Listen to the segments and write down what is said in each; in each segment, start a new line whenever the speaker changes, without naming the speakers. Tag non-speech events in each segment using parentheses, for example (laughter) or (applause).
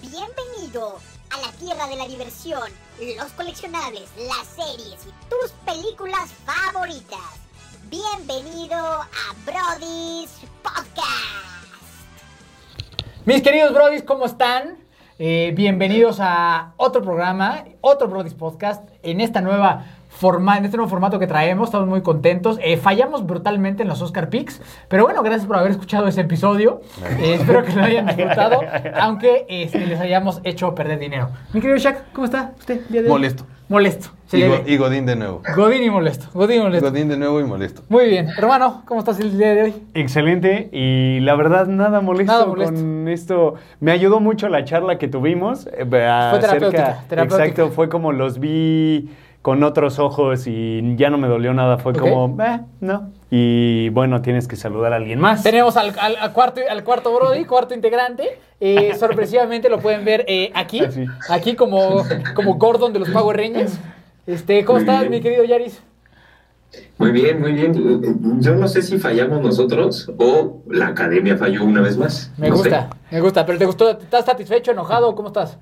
Bienvenido a la tierra de la diversión, los coleccionables, las series y tus películas favoritas. Bienvenido a Brody's Podcast.
Mis queridos brodis, ¿cómo están? Eh, bienvenidos a otro programa, otro Brodis Podcast, en esta nueva forma, en este nuevo formato que traemos, estamos muy contentos. Eh, fallamos brutalmente en los Oscar Picks, pero bueno, gracias por haber escuchado ese episodio. Eh, espero que lo hayan disfrutado, aunque este, les hayamos hecho perder dinero. Mi querido Shaq, ¿cómo está usted? día de hoy?
Molesto.
Molesto. se
Y,
le
Go-
ve.
y Godín de nuevo.
Godín y molesto. Godín y molesto.
Godín de nuevo y molesto.
Muy bien. Hermano, ¿cómo estás el día de hoy?
Excelente y la verdad nada molesto,
Nada molesto.
con esto. Me ayudó mucho la charla que tuvimos. eh, acerca-
terapéutica, terapéutica.
Exacto, fue como los vi con otros ojos y ya no me dolió nada. Fue
Ok.
como, eh, no. Y bueno, tienes que saludar a alguien más.
Tenemos al, al- al cuarto, al cuarto Brody, cuarto integrante. Eh, sorpresivamente lo pueden ver eh, aquí,
Así.
aquí como, como Gordon de los Power Rangers. Este, ¿Cómo
Muy
estás,
bien.
mi querido Yaris?
Muy bien, muy bien. Yo no sé si fallamos nosotros o la academia falló una vez más.
Me
No
gusta,
sé.
me gusta. ¿Pero te gustó? ¿Estás satisfecho, enojado? ¿Cómo estás?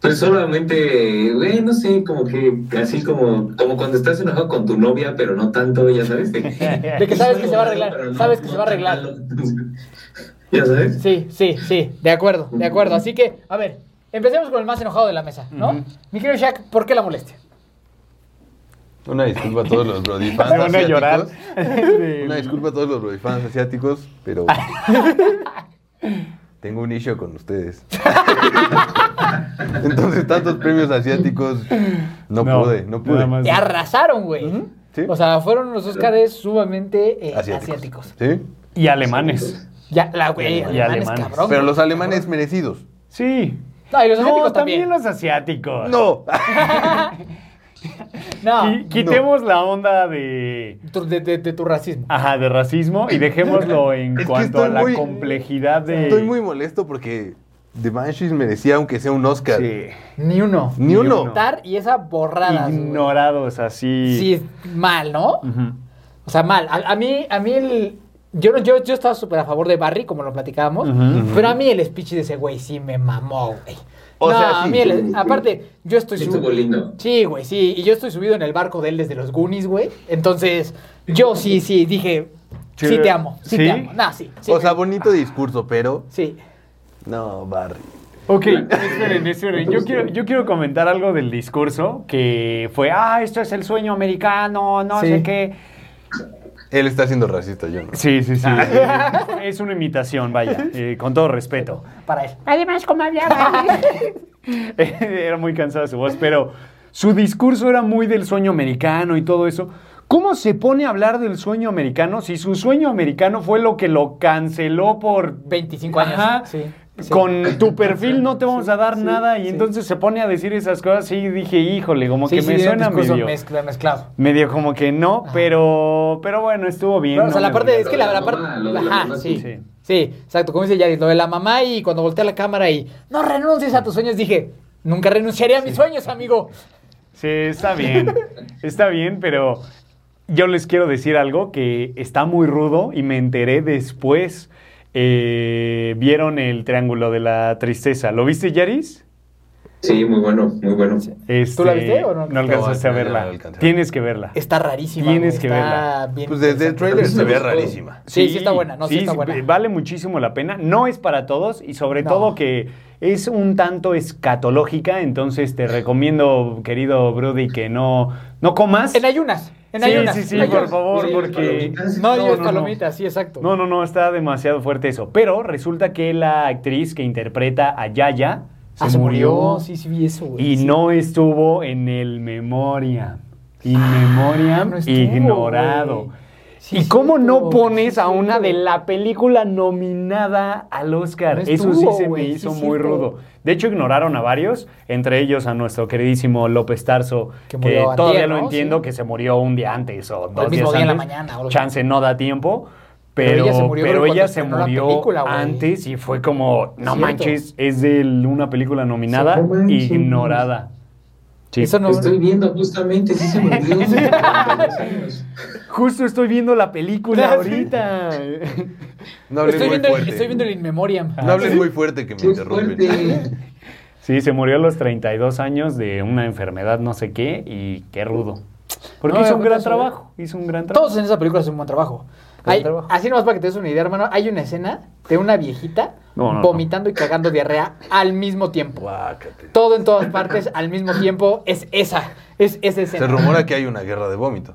Pues solamente, güey, no sé, como que así como, como cuando estás enojado con tu novia, pero no tanto, ya sabes. De,
(laughs) De que sabes que se va a arreglar, sabes que se va a arreglar.
(laughs) ya sabes.
Sí, sí, sí, de acuerdo, de acuerdo. Así que, a ver, empecemos con el más enojado de la mesa, ¿no?
Ujú.
Mi querido Shaq, ¿por qué la molestia?
Una disculpa a todos los Brodifans
(laughs) Se van a
asiáticos.
llorar.
(laughs)
Sí.
Una disculpa a todos los Brodifans asiáticos, pero tengo un issue con ustedes. (laughs) Entonces, tantos premios asiáticos no,
No,
pude, no pude.
nada más.
Te arrasaron, güey.
sí.
O sea, fueron unos Óscares sumamente eh, asiáticos.
Asiáticos. ¿Sí?
Y alemanes.
Ya, la güey,
Y
alemanes,
alemanes.
cabrón.
Pero los alemanes merecidos.
Sí.
No, y los asiáticos
no,
también.
también los asiáticos.
No.
No.
Qui- quitemos la onda de...
tu- de, de- de tu racismo.
Ajá, de racismo
(laughs)
y dejémoslo en
Es que
cuanto a
estoy
la
muy-
complejidad de...
Estoy muy molesto porque The Banshees merecía aunque sea un Oscar.
Sí.
Ni uno.
Ni uno.
Tar y esa borrada.
ignorados así.
Sí, mal, ¿no?
Ujú.
O sea, mal. A, a mí, a mí el. Yo, no- yo, yo estaba súper a favor de Barry, como lo platicábamos.
Ujú.
Pero a mí el speech de ese güey sí me mamó, güey.
O
no,
sea,
a
sí.
mí el- aparte, yo estoy
Estuvo
subido.
lindo.
Sí, güey, sí. Y yo estoy subido en el barco de él desde los Goonies, güey. Entonces, yo sí, sí, dije. Sí,
Sí.
te amo. Sí, te
¿Sí?
amo. No, sí. sí
O sea, bonito discurso, pero.
sí.
No, Barry.
Ok, esperen, esperen. Yo quiero, yo quiero comentar algo del discurso que fue, ah, esto es el sueño americano, no
Sí.
sé qué.
Él está siendo racista, yo no.
Sí, sí, sí. Ah, (laughs) es una imitación, vaya, eh, con todo respeto. (laughs)
Para él.
Además, como hablaba,
era muy cansada su voz, pero su discurso era muy del sueño americano y todo eso. ¿Cómo se pone a hablar del sueño americano si su sueño americano fue lo que lo canceló por
25 años.
Ajá.
Sí, sí.
Con tu perfil no te vamos a dar
sí,
nada y
sí.
entonces se pone a decir esas cosas y dije, híjole, como
Sí,
que
sí,
me
era un
suena
discurso
medio,
mezcla- mezclado.
medio como que no, pero pero bueno, estuvo bien.
Pero, o
no
sea, la
me
parte
dolió.
es que la, la
Lo de la
parte.
mamá, lo de la
ajá,
mamá,
sí, sí.
sí.
exacto. Como dice Yaris, lo de la mamá y cuando volteé la cámara y no renuncies a tus sueños, dije, nunca renunciaré a mis sueños, amigo.
Sí, está bien, está bien, pero yo les quiero decir algo que está muy rudo y me enteré después. Eh, ¿Vieron el Triángulo de la Tristeza? ¿Lo viste, Yaris?
Sí, muy bueno, muy bueno.
Este,
la viste o no?
No alcanzaste
No,
a
no, no
verla.
alcancé.
Tienes que verla.
Está rarísima.
Tienes
güey,
que
está
verla.
bien
Pues desde el
interesante.
trailer se ve
Pero-
rarísima.
Sí, sí está buena, no, sí está buena.
eh, Vale muchísimo la pena. No es para todos y sobre
No.
todo que es un tanto escatológica, entonces te recomiendo, querido Brody, que no, no comas.
En ayunas, en
sí,
ayunas.
sí, sí,
en ayunas.
por favor,
Sí.
porque...
palomitas.
No, yo
no,
es
no.
palomitas, sí, exacto.
No, no, no, está demasiado fuerte eso. Pero resulta que la actriz que interpreta a Yaya se,
Ah, se murió.
murió,
Sí, sí, vi eso, güey.
y
Sí. Ah,
no estuvo en el memoria. In memoria,
no estuvo,
ignorado.
güey. Sí,
¿Y cómo no
cierto,
pones
sí,
a una
cierto.
de la película nominada al Oscar?
No
Eso sí
estuvo,
se me
güey, sí,
hizo
es
muy
cierto.
rudo. De hecho, ignoraron a varios, entre ellos a nuestro queridísimo López Tarso,
Que
que,
murió antier,
todavía lo
¿no?
entiendo
Sí.
que se murió un día antes o dos
mismo
días
día en la
antes.
mañana, o algo así.
Chance no da tiempo.
Pero
Pero,
ella se murió
pero
cuando
ella se
estrenó la
murió
película, güey.
antes y fue como, no
Cierto.
manches, es de una película nominada,
Sí, no manches.
ignorada. Sí.
Eso no.
Estoy viendo justamente, sí se
(laughs)
me olvidó.
Justo estoy viendo la película
(laughs) Sí.
ahorita.
No hables
estoy,
muy
viendo el,
fuerte.
estoy viendo el Ah, In Memoriam.
No hables muy fuerte que me
Qué
(laughs)
interrumpen.
fuerte.
Sí, se murió a los 32 años de una enfermedad no sé qué y qué rudo. Porque
No,
hizo un
pero
gran
eso-
trabajo, hizo un gran trabajo.
Todos en esa película hacen un buen trabajo.
Gran
Hay-
trabajo.
Así nomás para que te des una idea, hermano. Hay una escena de una viejita
No, no, no.
vomitando y cagando diarrea al mismo tiempo. Todo en todas partes al mismo tiempo es esa. Es esa escena.
Se rumora que hay una guerra de vómito.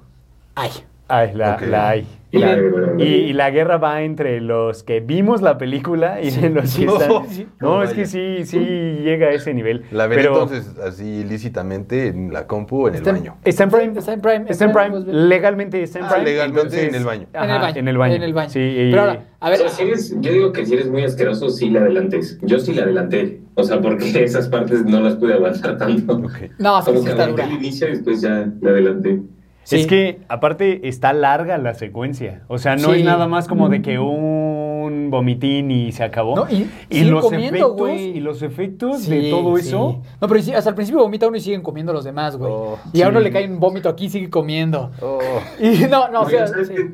Ay.
Ay, la,
Ok.
la hay.
Y-
La- y, y la guerra va entre los que vimos la película y los que
No,
están-
sí.
No,
No,
es que
vaya.
sí, sí llega a ese nivel.
La veré
Pero
entonces así ilícitamente en la compu o en el
Está en-
baño.
Está en Prime.
Está en Prime.
Está en Prime.
pues, bien.
Legalmente está en
Ah,
Prime.
legalmente
entonces-
en el baño.
En el
Ajá,
baño.
En el baño.
En el baño.
Sí, y-
Pero ahora, a ver.
O sea, si eres- yo digo que si eres muy asqueroso, sí la adelantes. Yo sí la adelanté. O sea, porque (laughs) esas partes no las pude avanzar tanto.
Ok.
No, sí,
Como
sí está
que adelanté
dura.
el inicio y después ya la adelanté.
Sí.
Es que aparte está larga la secuencia. O sea, no
Sí. Mm.
es nada más como de que un vomitín y se acabó.
No, y siguen
los
comiendo,
efectos,
güey.
y los efectos
Sí,
de todo
sí.
eso.
No, pero sí, hasta al principio vomita uno y siguen comiendo los demás, güey.
Oh,
y a uno
sí.
le cae un vómito aquí y sigue comiendo.
Oh,
Y (laughs) no, no, o
Oigan,
sea.
¿sabes
sí.
qué?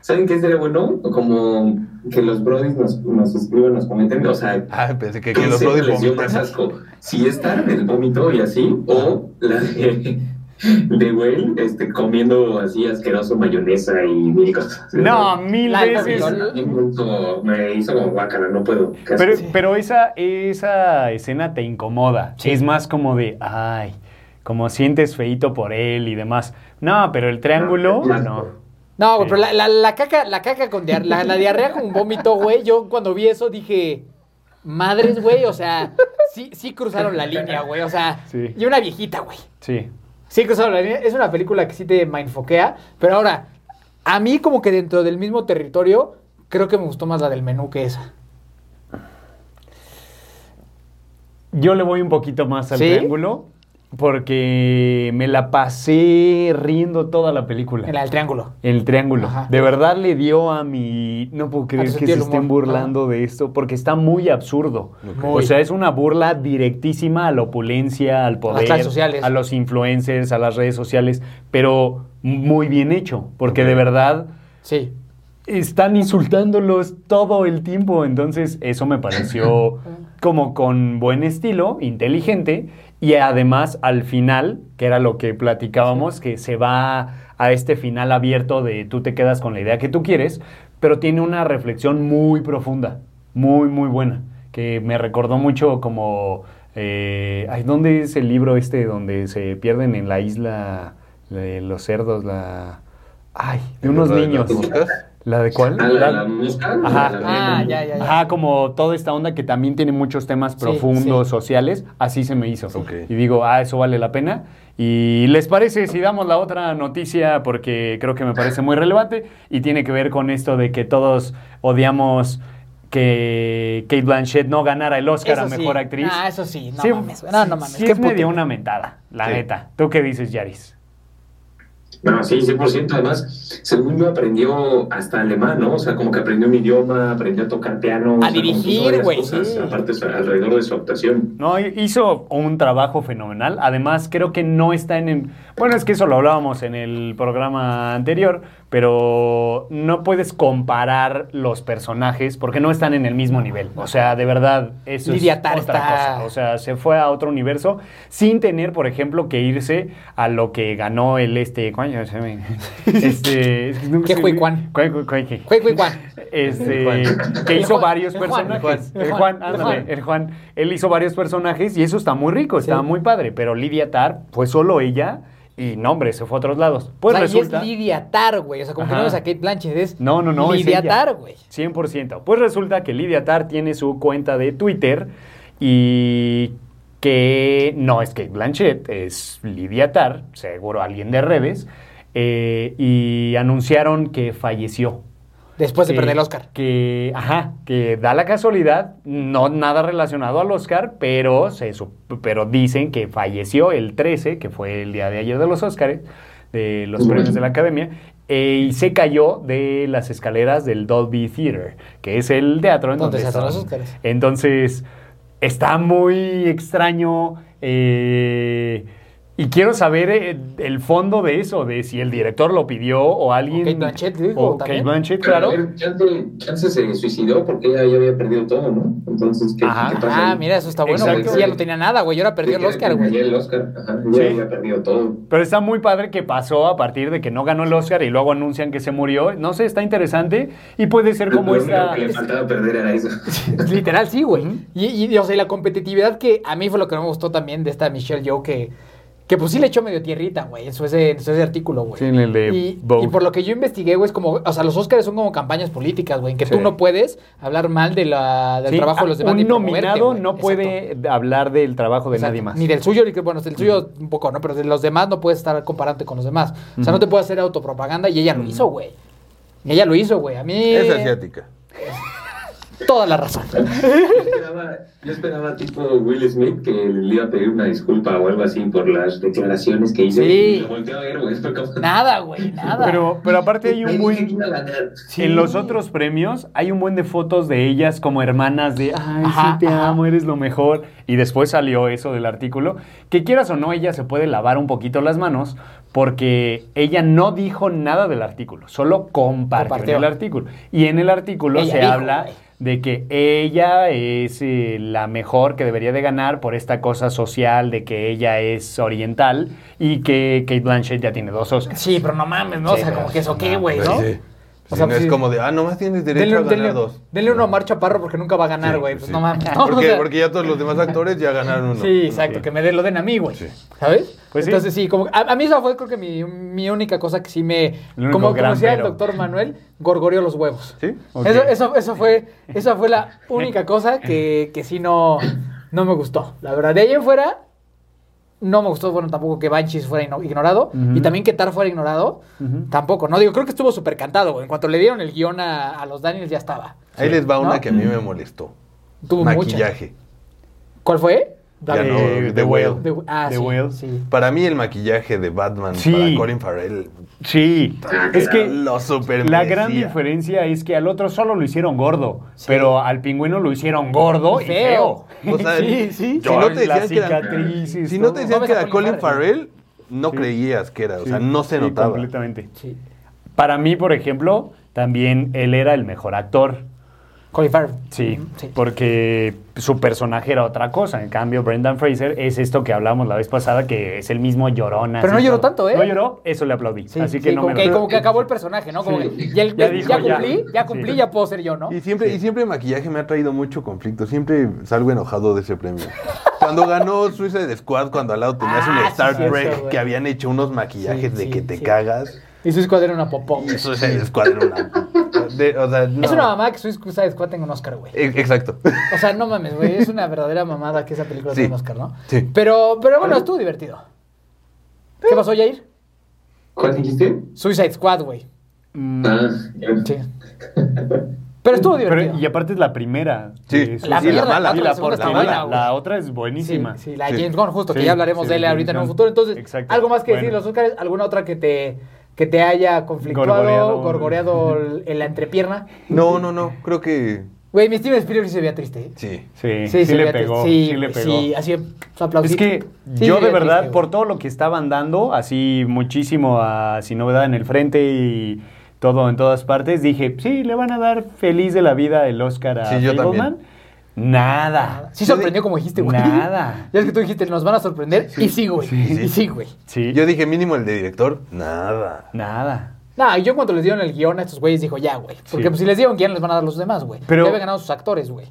¿Saben qué sería bueno? Como que los brodis nos, nos escriban, nos comenten, o sea,
ah, pensé que,
¿qué
que los
escena
Brody
les dio más
vomitan.
asco? Si está del vómito y así, o la de, (laughs) de güey este, comiendo así asqueroso mayonesa y mil cosas.
No, mil
La-
veces.
la-
A mí me hizo- me hizo como guácala, no puedo. qué asco.
Pero, pero esa, esa escena te incomoda. Es más como de, ay, como sientes feito por él y demás. No, pero el triángulo,
Más-
no.
No, güey,
Sí.
pero la, la- la caca, la caca con diarrea, la, la diarrea con vómito, güey, yo cuando vi eso dije, madres, güey, o sea, sí, sí cruzaron la línea, güey, o sea,
Sí.
y una viejita, güey.
Sí.
Sí cruzaron la línea, es una película que sí te mindfoquea, pero ahora, a mí como que dentro del mismo territorio, creo que me gustó más la del menú que esa.
Yo le voy un poquito más al
¿Sí?
triángulo porque me la pasé riendo toda la película.
La del triángulo.
El triángulo.
Ajá.
De verdad le dio a mi... No puedo creer que
sentido
se
del
estén
humor.
burlando de esto porque está muy absurdo.
Ok.
O sea, es una burla directísima a la opulencia, al poder,
clases sociales.
a los influencers, a las redes sociales, pero muy bien hecho, porque
Ok.
de verdad
Sí.
están insultándolos todo el tiempo. Entonces, eso
(laughs)
me pareció como con buen estilo, inteligente. Y además, al final, que era lo que platicábamos, que se va a este final abierto de tú te quedas con la idea que tú quieres, pero tiene una reflexión muy profunda, muy, muy buena, que me recordó mucho como... eh, ay, ¿Dónde es el libro este donde se pierden en la isla de los cerdos? La... Ay, de unos
¿La de
niños.
las moscas?
¿La de cuál?
Ah, la, la mosca.
Ajá.
la- la-
Ah, ya, ya, ya.
Ajá, como toda esta onda que también tiene muchos temas
Sí,
profundos,
sí.
sociales, así se me hizo.
Ok.
Y digo, ah, eso vale la pena. ¿Y les parece si damos la otra noticia? Porque creo que me parece muy relevante y tiene que ver con esto de que todos odiamos que Kate Blanchett no ganara el Oscar
Eso
a
sí.
Mejor Actriz.
Ah, eso sí, no
Sí,
mames, güey, no, no
sí,
mames,
sí
qué
es medio
puto.
una mentada, la
Sí.
neta. ¿Tú qué dices, Yaris?
No, sí, 100%. Además, según yo, aprendió hasta alemán, ¿no? O sea, como que aprendió un idioma, aprendió a tocar piano. o sea, como que hizo
dirigir,
varias
güey,
cosas,
sí.
Aparte, su- alrededor de su actuación.
No, hizo un trabajo fenomenal. Además, creo que no está en... el- Bueno, es que eso lo hablábamos en el programa anterior, pero no puedes comparar los personajes porque no están en el mismo nivel. O sea, de verdad, eso
Lidia
es
Tar
otra
está-
cosa. O sea, se fue a otro universo sin tener, por ejemplo, que irse a lo que ganó el este... ¿Cuál? Se me- (laughs) Este... es que nunca
¿Qué
se-
fue, Juan?
¿Cuál, cuál, cuál, qué?
Jue, jue, Juan.
Este,
Juan.
que
El
hizo
Juan,
varios
el Juan, el
personajes.
Juan,
El
el
Juan,
Juan, el
ándale,
Juan.
el Juan. Él hizo varios personajes y eso está muy rico, está
Sí.
muy padre. Pero Lidia Tar fue solo ella y no, hombre, se fue a otros lados. Pues
o sea, y
resulta.
es Lidia Tar, güey. O sea, como que
Ajá.
no es a Kate Blanchett, es
No, no, no. es
Lidia
ella.
Tar, güey.
100%. Pues resulta que Lidia Tar tiene su cuenta de Twitter y que no es Kate Blanchett, es Lidia Tar, seguro alguien de redes, eh, y anunciaron que falleció.
Después de
que-
perder el Oscar.
Que, ajá, que da la casualidad, no nada relacionado al Oscar, pero, se, sup- pero dicen que falleció el 13, que fue el día de ayer de los Oscars, de los
Ujú.
premios de la Academia, eh, y se cayó de las escaleras del Dolby Theater, que es el teatro en
Donde
donde,
se hacen
son-
los Óscares.
Entonces, está muy extraño. eh, Y quiero saber eh, el fondo de eso, de si el director lo pidió o alguien.
O Kate Blanchett, dijo,
o Kate
también.
Blanchett,
Pero,
claro.
a ver, Chance, Chance se suicidó porque ella ya había perdido todo, ¿no? Entonces, ¿qué,
Ajá.
¿qué pasa?
Ah,
ahí?
mira, eso está bueno,
Exacto.
porque ya no tenía nada, güey. Y ahora perdió el Oscar,
Tenía
güey.
el Oscar, ajá, ella
Sí.
había perdido todo.
Pero está muy padre que pasó a partir de que no ganó el Oscar y luego anuncian que se murió. No sé, está interesante y puede ser como
Lo único
esta.
que le faltaba perder era eso.
Literal, sí, güey. Y, y, y, o sea, y la competitividad que a mí fue lo que no me gustó también de esta Michelle Yeoh, que, que pues sí le echó medio tierrita, güey. Eso es de- eso es de artículo, güey.
Sí, en el de
Y,
Vogue.
y por lo que yo investigué, güey, es como, o sea, los Oscars son como campañas políticas, güey, en que tú
Sí.
no puedes hablar mal de la, del
Sí, ah,
trabajo de los demás. ni
Un
promoverte,
nominado
güey.
no
Exacto.
puede hablar del trabajo de
Pues
Exacto.
nadie más.
Ni del suyo, ni que, bueno, del suyo un poco, ¿no? Pero de los demás no puedes estar comparándote con los demás. O sea, no te puedes hacer autopropaganda y ella lo hizo, güey. Y ella lo hizo, güey. A mí.
Es asiática.
Toda la razón.
Yo esperaba, yo esperaba tipo Will Smith que le iba a pedir una disculpa o algo así por las declaraciones que hizo.
Sí.
Y lo volteó a ver, güey. Esto como...
Nada, güey, nada.
Pero, pero aparte hay
Me
un
dije que
buen.
iba a ganar.
En los otros premios hay un buen de fotos de ellas como hermanas de, ay,
Ajá,
sí, te
ajá.
amo, eres lo mejor. Y después salió eso del artículo. Que quieras o no, ella se puede lavar un poquito las manos porque ella no dijo nada del artículo, solo compartió,
Compartió.
el artículo. Y en el artículo
Ella
se
dijo,
habla
güey.
de que ella es eh, la mejor que debería de ganar por esta cosa social de que ella es oriental y que Kate Blanchett ya tiene dos Oscars.
Sí, pero no mames, ¿no? o
Sí,
sea,
pero
como que eso,
no
¿qué, güey,
Pues
no?
sí.
O
O
sea,
sea, no
pues
es
sí.
como de, ah, nomás tienes derecho
Denle,
a ganar
denle-
dos.
denle uno a Omar Chaparro porque nunca va a ganar,
Sí,
güey.
pues
Pues
sí.
no mames. ¿no?
¿Por
O
qué?
sea,
(laughs) Porque ya todos los demás actores ya ganaron uno.
Sí, exacto,
Sí.
que me den lo den a mí, güey.
Sí.
¿Sabes?
Pues sí.
Entonces sí, como a, a mí esa fue creo que mi, mi única cosa que sí me
El único
como, como
gran
decía el
pero.
doctor Manuel, gorgoreó los huevos.
¿Sí?
Ok.
Eso, eso, eso fue, esa fue la única cosa que, que sí no, no me gustó. La verdad, de ahí en fuera, no me gustó, bueno, tampoco que Banshees fuera igno- ignorado.
Ujú.
Y también que Tar fuera ignorado.
Ujú.
Tampoco, no digo, creo que estuvo súper cantado, güey. En cuanto le dieron el guión a, a los Daniels, ya estaba.
Ahí les va una
¿No?
que a mí me molestó.
Tuvo muchas.
Maquillaje.
¿Cuál fue?
Ya
Dale.
no,
Eh,
The
The
Whale.
Whale.
The- ah,
The
sí,
Whale.
sí.
Para mí el maquillaje de Batman
Sí.
para Colin Farrell
Sí, es que
lo super
La gran
merecía.
diferencia es que al otro solo lo hicieron gordo, pero al pingüino lo hicieron gordo y feo.
O sea,
(laughs) sí, sí.
si no te
Las
decían que era-
cicatrices,
Si no
todo.
te decían
No
que
ves a
era
Colin
Colin Farrell, no creías que era. O sea,
Sí,
no se
sí,
notaba.
Completamente.
Sí.
Para mí, por ejemplo, también él era el mejor actor.
Colin Farrell.
Sí,
Ujú, sí.
porque su personaje era otra cosa. En cambio, Brendan Fraser es esto que hablamos la vez pasada, que es el mismo llorona.
Pero no
así
lloró
todo.
tanto, ¿eh?
No lloró, eso le aplaudí.
Sí,
así que
sí,
no
como,
me
que,
lo- (laughs)
como que acabó el personaje, ¿no? Como
Sí.
que, y él-
Ya
ya,
dijo, ya.
cumplí, ya cumplí,
Sí.
ya puedo ser yo, ¿no?
Y siempre, y siempre el maquillaje me ha traído mucho conflicto. Siempre salgo enojado de ese premio. Cuando ganó Suicide Squad, cuando al lado tenías
Ah,
un
sí,
Star
cierto,
Trek
güey.
que habían hecho unos maquillajes
Sí,
de
sí,
que te
sí.
cagas.
Y su escuadra era una popó. güey.
Y Suicide Squad era una. de- o sea, no.
Es una mamada que su escuadra Squad tenga un Oscar, güey.
E- Exacto.
O sea, no mames, güey. Es una verdadera mamada que esa película
Sí.
tenga un Oscar, ¿no?
Sí.
Pero, pero bueno, estuvo divertido. ¿Qué pasó, Jair?
¿Cuál dijiste?
Suicide Squad, güey.
Mm,
Ah, ya.
Sí. Pero estuvo divertido.
pero- y aparte es la primera.
Sí.
de su-
La
sí,
mierda, la
mala.
otra,
Y
la
la,
segunda
por-
está
la
buena,
mala.
güey.
La otra es
Sí,
buenísima.
sí, la
Sí.
James Gunn, justo, que
Sí,
ya hablaremos
sí,
de él
James
ahorita en un
Gunn.
futuro. Entonces,
Exacto.
algo más que
Bueno.
decir, los Oscars, alguna otra que te, que te haya conflictuado, gorgoreado,
Gorgoreado.
el- en la entrepierna.
No, no, no. Creo que.
Güey, mi Steven Spielberg sí se veía triste. ¿eh?
Sí.
Sí, sí,
se
le
veía
pegó.
triste.
Sí, le
güey,
pegó.
Sí, así, pues, aplaudí.
Es que
Sí,
yo
se
de
veía
verdad,
triste,
por
güey.
todo lo que estaban dando, así muchísimo a Sin Novedad en el Frente y todo en todas partes, dije, sí, le van a dar feliz de la vida el Oscar a
Sí, yo
Fableman. Nada.
Sí sorprendió como dijiste, güey.
Nada.
Ya es que tú dijiste, nos van a sorprender. y sí, güey.
Sí.
Y sí, güey.
Sí,
Yo dije, mínimo el de director, nada.
nada.
Nah, y yo cuando les dieron el guión a estos güeyes, dijo, ya, güey. Porque
Sí.
pues, si les dieron guión, les van a dar los demás, güey.
Pero-
Ya habían ganado sus actores, güey.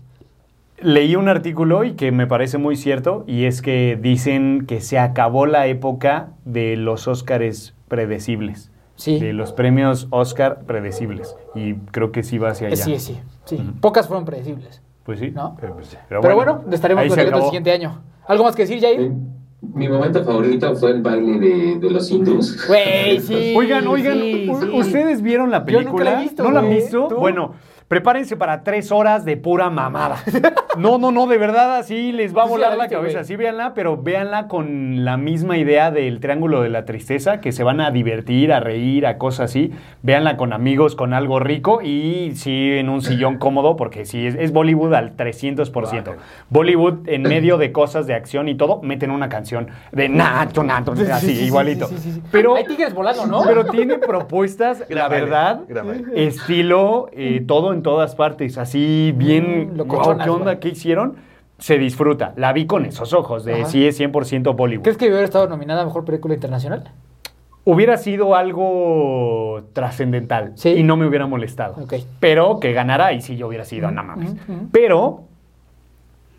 Leí un artículo y que me parece muy cierto, y es que dicen que se acabó la época de los Óscares predecibles.
Sí.
De los premios Óscar predecibles. Y creo que sí va hacia
Eh,
allá.
Sí, sí, sí.
Ujú.
Pocas fueron predecibles.
Pues sí.
¿No?
Pero, pues,
Pero, bueno, estaremos
ahí se
platicando el
acabó.
siguiente año. ¿Algo más que decir, Jair?
Mi momento favorito fue el baile de, de los hindús.
Güey, sí.
(laughs)
Oigan, oigan,
sí,
u-
sí.
¿ustedes vieron la
Yo nunca
película?
la he visto,
¿No la han
güey.
visto?
¿Tú?
Bueno, Prepárense para tres horas de
(laughs)
pura mamada. No, no, no, de verdad, así les va a
Sí,
volar
la
la
viste,
cabeza.
güey.
Sí, véanla, pero véanla con la misma idea del triángulo de la tristeza, que se van a divertir, a reír, a cosas así. Véanla con amigos, con algo rico y sí en un sillón cómodo, porque sí, es, es Bollywood al 300%. Bollywood en medio de cosas de acción y todo, meten una canción de nato, nato,
Sí, sí,
así,
sí, sí,
igualito.
sí, sí, sí.
Pero,
Hay tigres volando, ¿no?
pero tiene propuestas, la
Grábale,
verdad,
grábale.
estilo, eh, todo en todas partes, así
Mm,
bien, wow,
locochonas,
¿qué onda?
güey.
¿Qué hicieron? Se disfruta. La vi con esos ojos de
Ajá.
si es 100% Bollywood.
¿Crees que hubiera estado nominada a mejor película internacional?
Hubiera sido algo trascendental
Sí.
y no me hubiera molestado.
Ok.
Pero que ganara y si yo hubiera sido, "Ah, no mames.
ujú, ujú.
Pero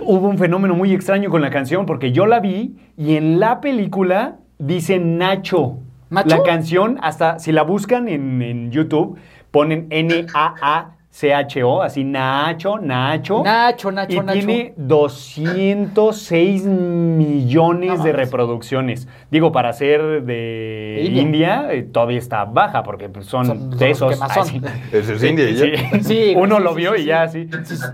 hubo un fenómeno muy extraño con la canción porque yo la vi y en la película dice Nacho.
¿Macho?
La canción, hasta si la buscan en, en YouTube, ponen N-A-A-C-H-O, así Nacho, Nacho.
Nacho, Nacho,
y
Nacho.
tiene 206
No
millones de
mames.
reproducciones. Digo, para ser de
India.
India, eh, todavía está baja porque pues, son,
Son- son
de
los
esos.
que más son.
así.
Ese es indie, Pues ya.
Sí.
Sí,
(laughs) Uno
sí,
lo
sí,
vio
sí,
y
sí.
ya así.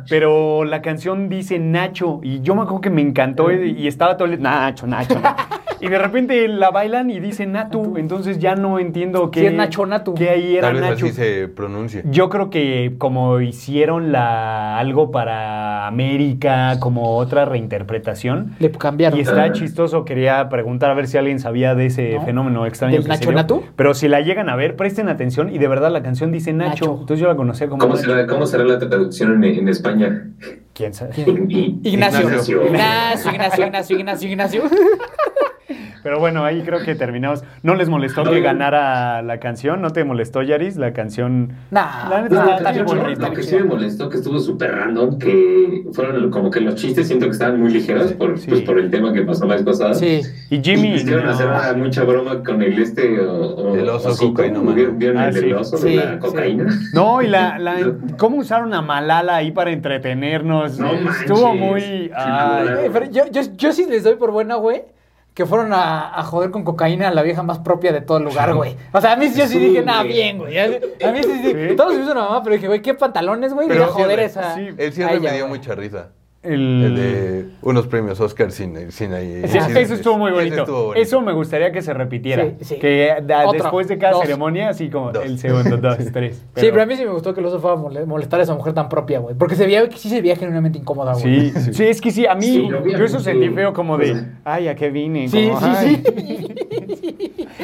Pero la canción dice Nacho y yo me acuerdo que me encantó y,
Eh.
y estaba todo el Nacho, Nacho.
(laughs)
Nacho". Y de repente la bailan y dice Natu, entonces ya no entiendo qué
Sí, es Nacho, Natu.
Que ahí era
Tal vez
Nacho.
así se pronuncia.
Yo creo que como hicieron la algo para América, como otra reinterpretación.
Le cambiaron.
Y está chistoso, quería preguntar a ver si alguien sabía de ese
¿No?
fenómeno extraño.
¿Del
que se
Nacho
dio.
Natu?
Pero si la llegan a ver, presten atención y de verdad la canción dice Nacho.
Nacho.
Entonces yo la conocía como
¿Cómo
Nacho.
será, ¿Cómo será la traducción en, en España?
¿Quién sabe?
¿Quién? Ignacio.
Ignacio.
Ignacio, Ignacio, Ignacio, Ignacio, Ignacio.
Pero bueno, ahí creo que terminamos. ¿No les molestó que ganara la canción? ¿No te molestó, Yaris? La canción...
Nah,
La neta
No,
nah,
está
lo que
bien
sí me
chida,
bonito,
molestó-
está
lo
bien
que sí
chida.
me molestó que estuvo súper random, que fueron como que los chistes siento que estaban muy ligeros por,
Sí.
pues, por el tema que pasó la vez pasada.
Sí.
Y
Y
Jimmy...
quisieron
no.
hacer ah, mucha broma con el este o, o-
El oso
osito,
cocainómano.
¿Vieron vieron
Ah,
el,
sí.
del oso
Sí,
de la
sí.
cocaína?
No, y
(laughs)
la, la- ¿Cómo usaron a Malala ahí para entretenernos?
No manches.
Estuvo muy... ay.
Sí,
Güey, pero yo, yo, yo sí les doy por buena, güey, que fueron a, a joder con cocaína a la vieja más propia de todo el lugar, güey. O sea, a mí sí, yo sí
Sí,
dije, nada,
güey.
bien, güey. A mí sí, sí.
Sí.
Todos se me hizo una mamá, pero dije, güey, qué pantalones, güey, de
Pero
ir a joder
sí,
esa.
sí.
El cierre
Ay, ya,
me dio
güey.
mucha risa.
El-
El de unos premios Oscar sin, sin ahí.
Sí,
sin-
eso estuvo muy
ese
bonito.
estuvo bonito.
Eso me gustaría que se repitiera.
Sí, sí.
Que da-
Otro,
después de cada
dos.
ceremonia, así como
Dos.
el segundo, dos, tres.
Sí, pero a mí sí me gustó que el oso fuera a mole- molestar a esa mujer tan propia, güey. Porque se veía que sí se veía genuinamente incómoda, güey.
Sí, sí, es que sí, a mí
Sí,
yo eso
obviamente.
sentí feo como de, ay, ¿a qué vine?
Sí,
Como,
sí,
ay.
sí.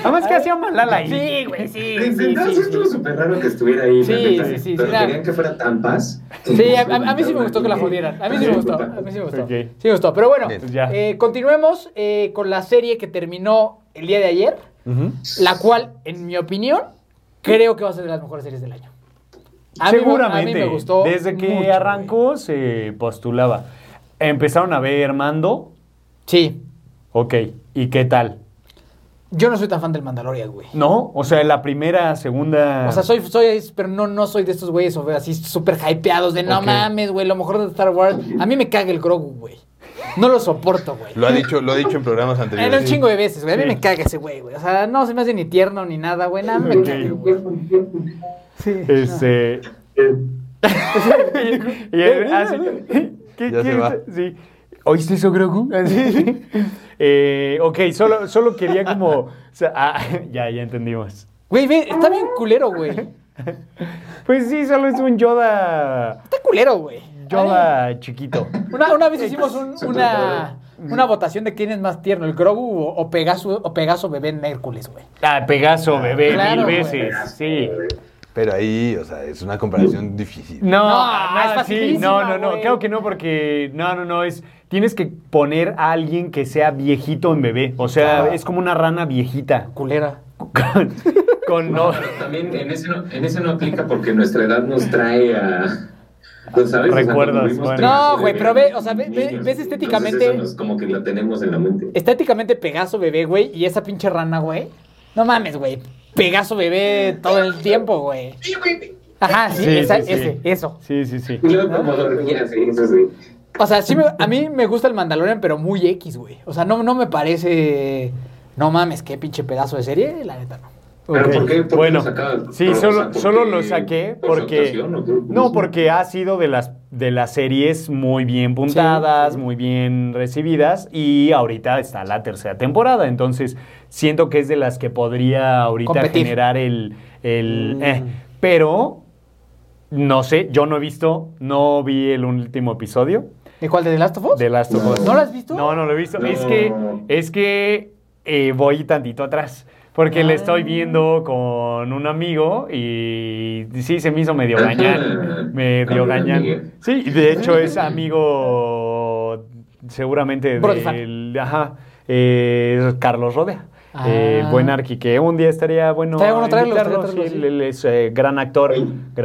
Además que hacía Malala ahí.
Sí, güey, sí.
De- de-
Sí,
entonces
sí,
estuvo
sí.
súper raro que estuviera ahí.
Sí,
la neta,
sí, sí,
Pero
sí, era-
querían que fuera tan paz.
Sí, a, a- a mí sí me gustó que la jodieran. A mí sí me gustó. A mí sí me gustó.
Ok.
Sí me gustó. Pero bueno,
Bien.
Pues ya.
eh, continuemos eh, con la serie que terminó el día de ayer,
Ujú.
la cual, en mi opinión, creo que va a ser de las mejores series del año. A mí me-
Seguramente.
a mí me gustó.
Desde que
mucho, güey.
arrancó se postulaba. Empezaron a ver Mando.
Sí.
Ok, ¿y qué tal?
Yo no soy tan fan del Mandalorian, güey.
¿No? O sea, la primera, segunda.
O sea, soy, soy, pero no, no soy de estos güeyes o sea, así súper hypeados de no
Ok.
mames, güey, lo mejor de Star Wars. A mí me caga el Grogu, güey. No lo soporto, güey.
Lo ha dicho, lo ha dicho en programas anteriores.
Era Eh, un chingo de veces, güey. A mí
Sí.
me caga ese güey, güey. O sea, no se me hace ni tierno ni nada, güey. Nada, me
Ok.
caga, güey. Sí. (laughs)
Este. y, y él así, ¿qué
Ya se
quieres?
va.
Sí. ¿Oíste eso, (laughs) Grogu? Así. Eh, ok, solo, solo quería como. o sea, ah, (laughs) ya, ya entendimos.
Güey, ve, está bien culero, güey. Está
Pues sí, solo es un Yoda.
culero, güey.
Yoda chiquito.
Una, una vez hicimos un- una, una votación de quién es más tierno, el Grogu o, o Pegaso, o Pegaso bebé en Hércules, güey.
Ah, Pegaso, bebé,
Claro,
mil
güey.
veces. Sí.
Pero ahí, o sea, es una comparación difícil.
No,
No,
no,
es
sí, no,
facilísima,
no, no,
güey.
claro que no, porque no, no, no, es tienes que poner a alguien que sea viejito en bebé, o sea,
Ah.
es como una rana viejita
Culera.
con, con
No,
no,
pero también en ese no, en ese no aplica porque nuestra edad nos trae a. pues, ¿sabes? O sea,
Recuerdos,
cuando vimos
bueno.
Pegaso
No, güey,
de
pero ve, o sea, ve-
niños,
ve- ves
entonces
estéticamente-
eso nos- como que lo tenemos en la mente.
Estéticamente Pegaso bebé, güey, y esa pinche rana, güey. No mames, güey. Pegaso bebé todo el tiempo, güey. Ajá, sí,
Sí,
esa-
sí, sí.
ese, eso.
Sí, sí, sí.
Y luego como dormía, sí, eso sí.
O sea, sí me- a mí me gusta el Mandalorian, pero muy X, güey. O sea, no, no me parece. No mames, qué pinche pedazo de serie, la neta no.
¿Pero
Ok.
por qué? ¿Por qué
bueno,
lo sacabas?
sí,
O sea,
solo,
¿por qué?
solo lo saqué
¿Por
porque...
actuación o qué?
No, porque ha sido de las, de las series muy bien puntadas, muy bien recibidas y ahorita está la tercera temporada, entonces siento que es de las que podría ahorita
Competir.
generar el... el
Mm.
eh. Pero, no sé, yo no he visto, no vi el último episodio
¿De cuál? ¿De The Last of Us?
de Last of Us.
¿No lo has visto?
No, no lo he visto.
No.
Es que, es que eh, voy tantito atrás. Porque le
Ah.
estoy viendo con un amigo y sí, se me hizo medio
Ajá.
gañán. Medio
Amigo,
gañán.
amigo.
Sí, y de hecho es amigo seguramente
Brody fan.
del... Ajá, eh, Carlos Rodea.
Ah.
Eh, buen arqui, que un día estaría bueno.
Estaría bueno traerlo,
invitarlo,
estaría traerlo,
sí,
sí.
él- él es eh, gran actor,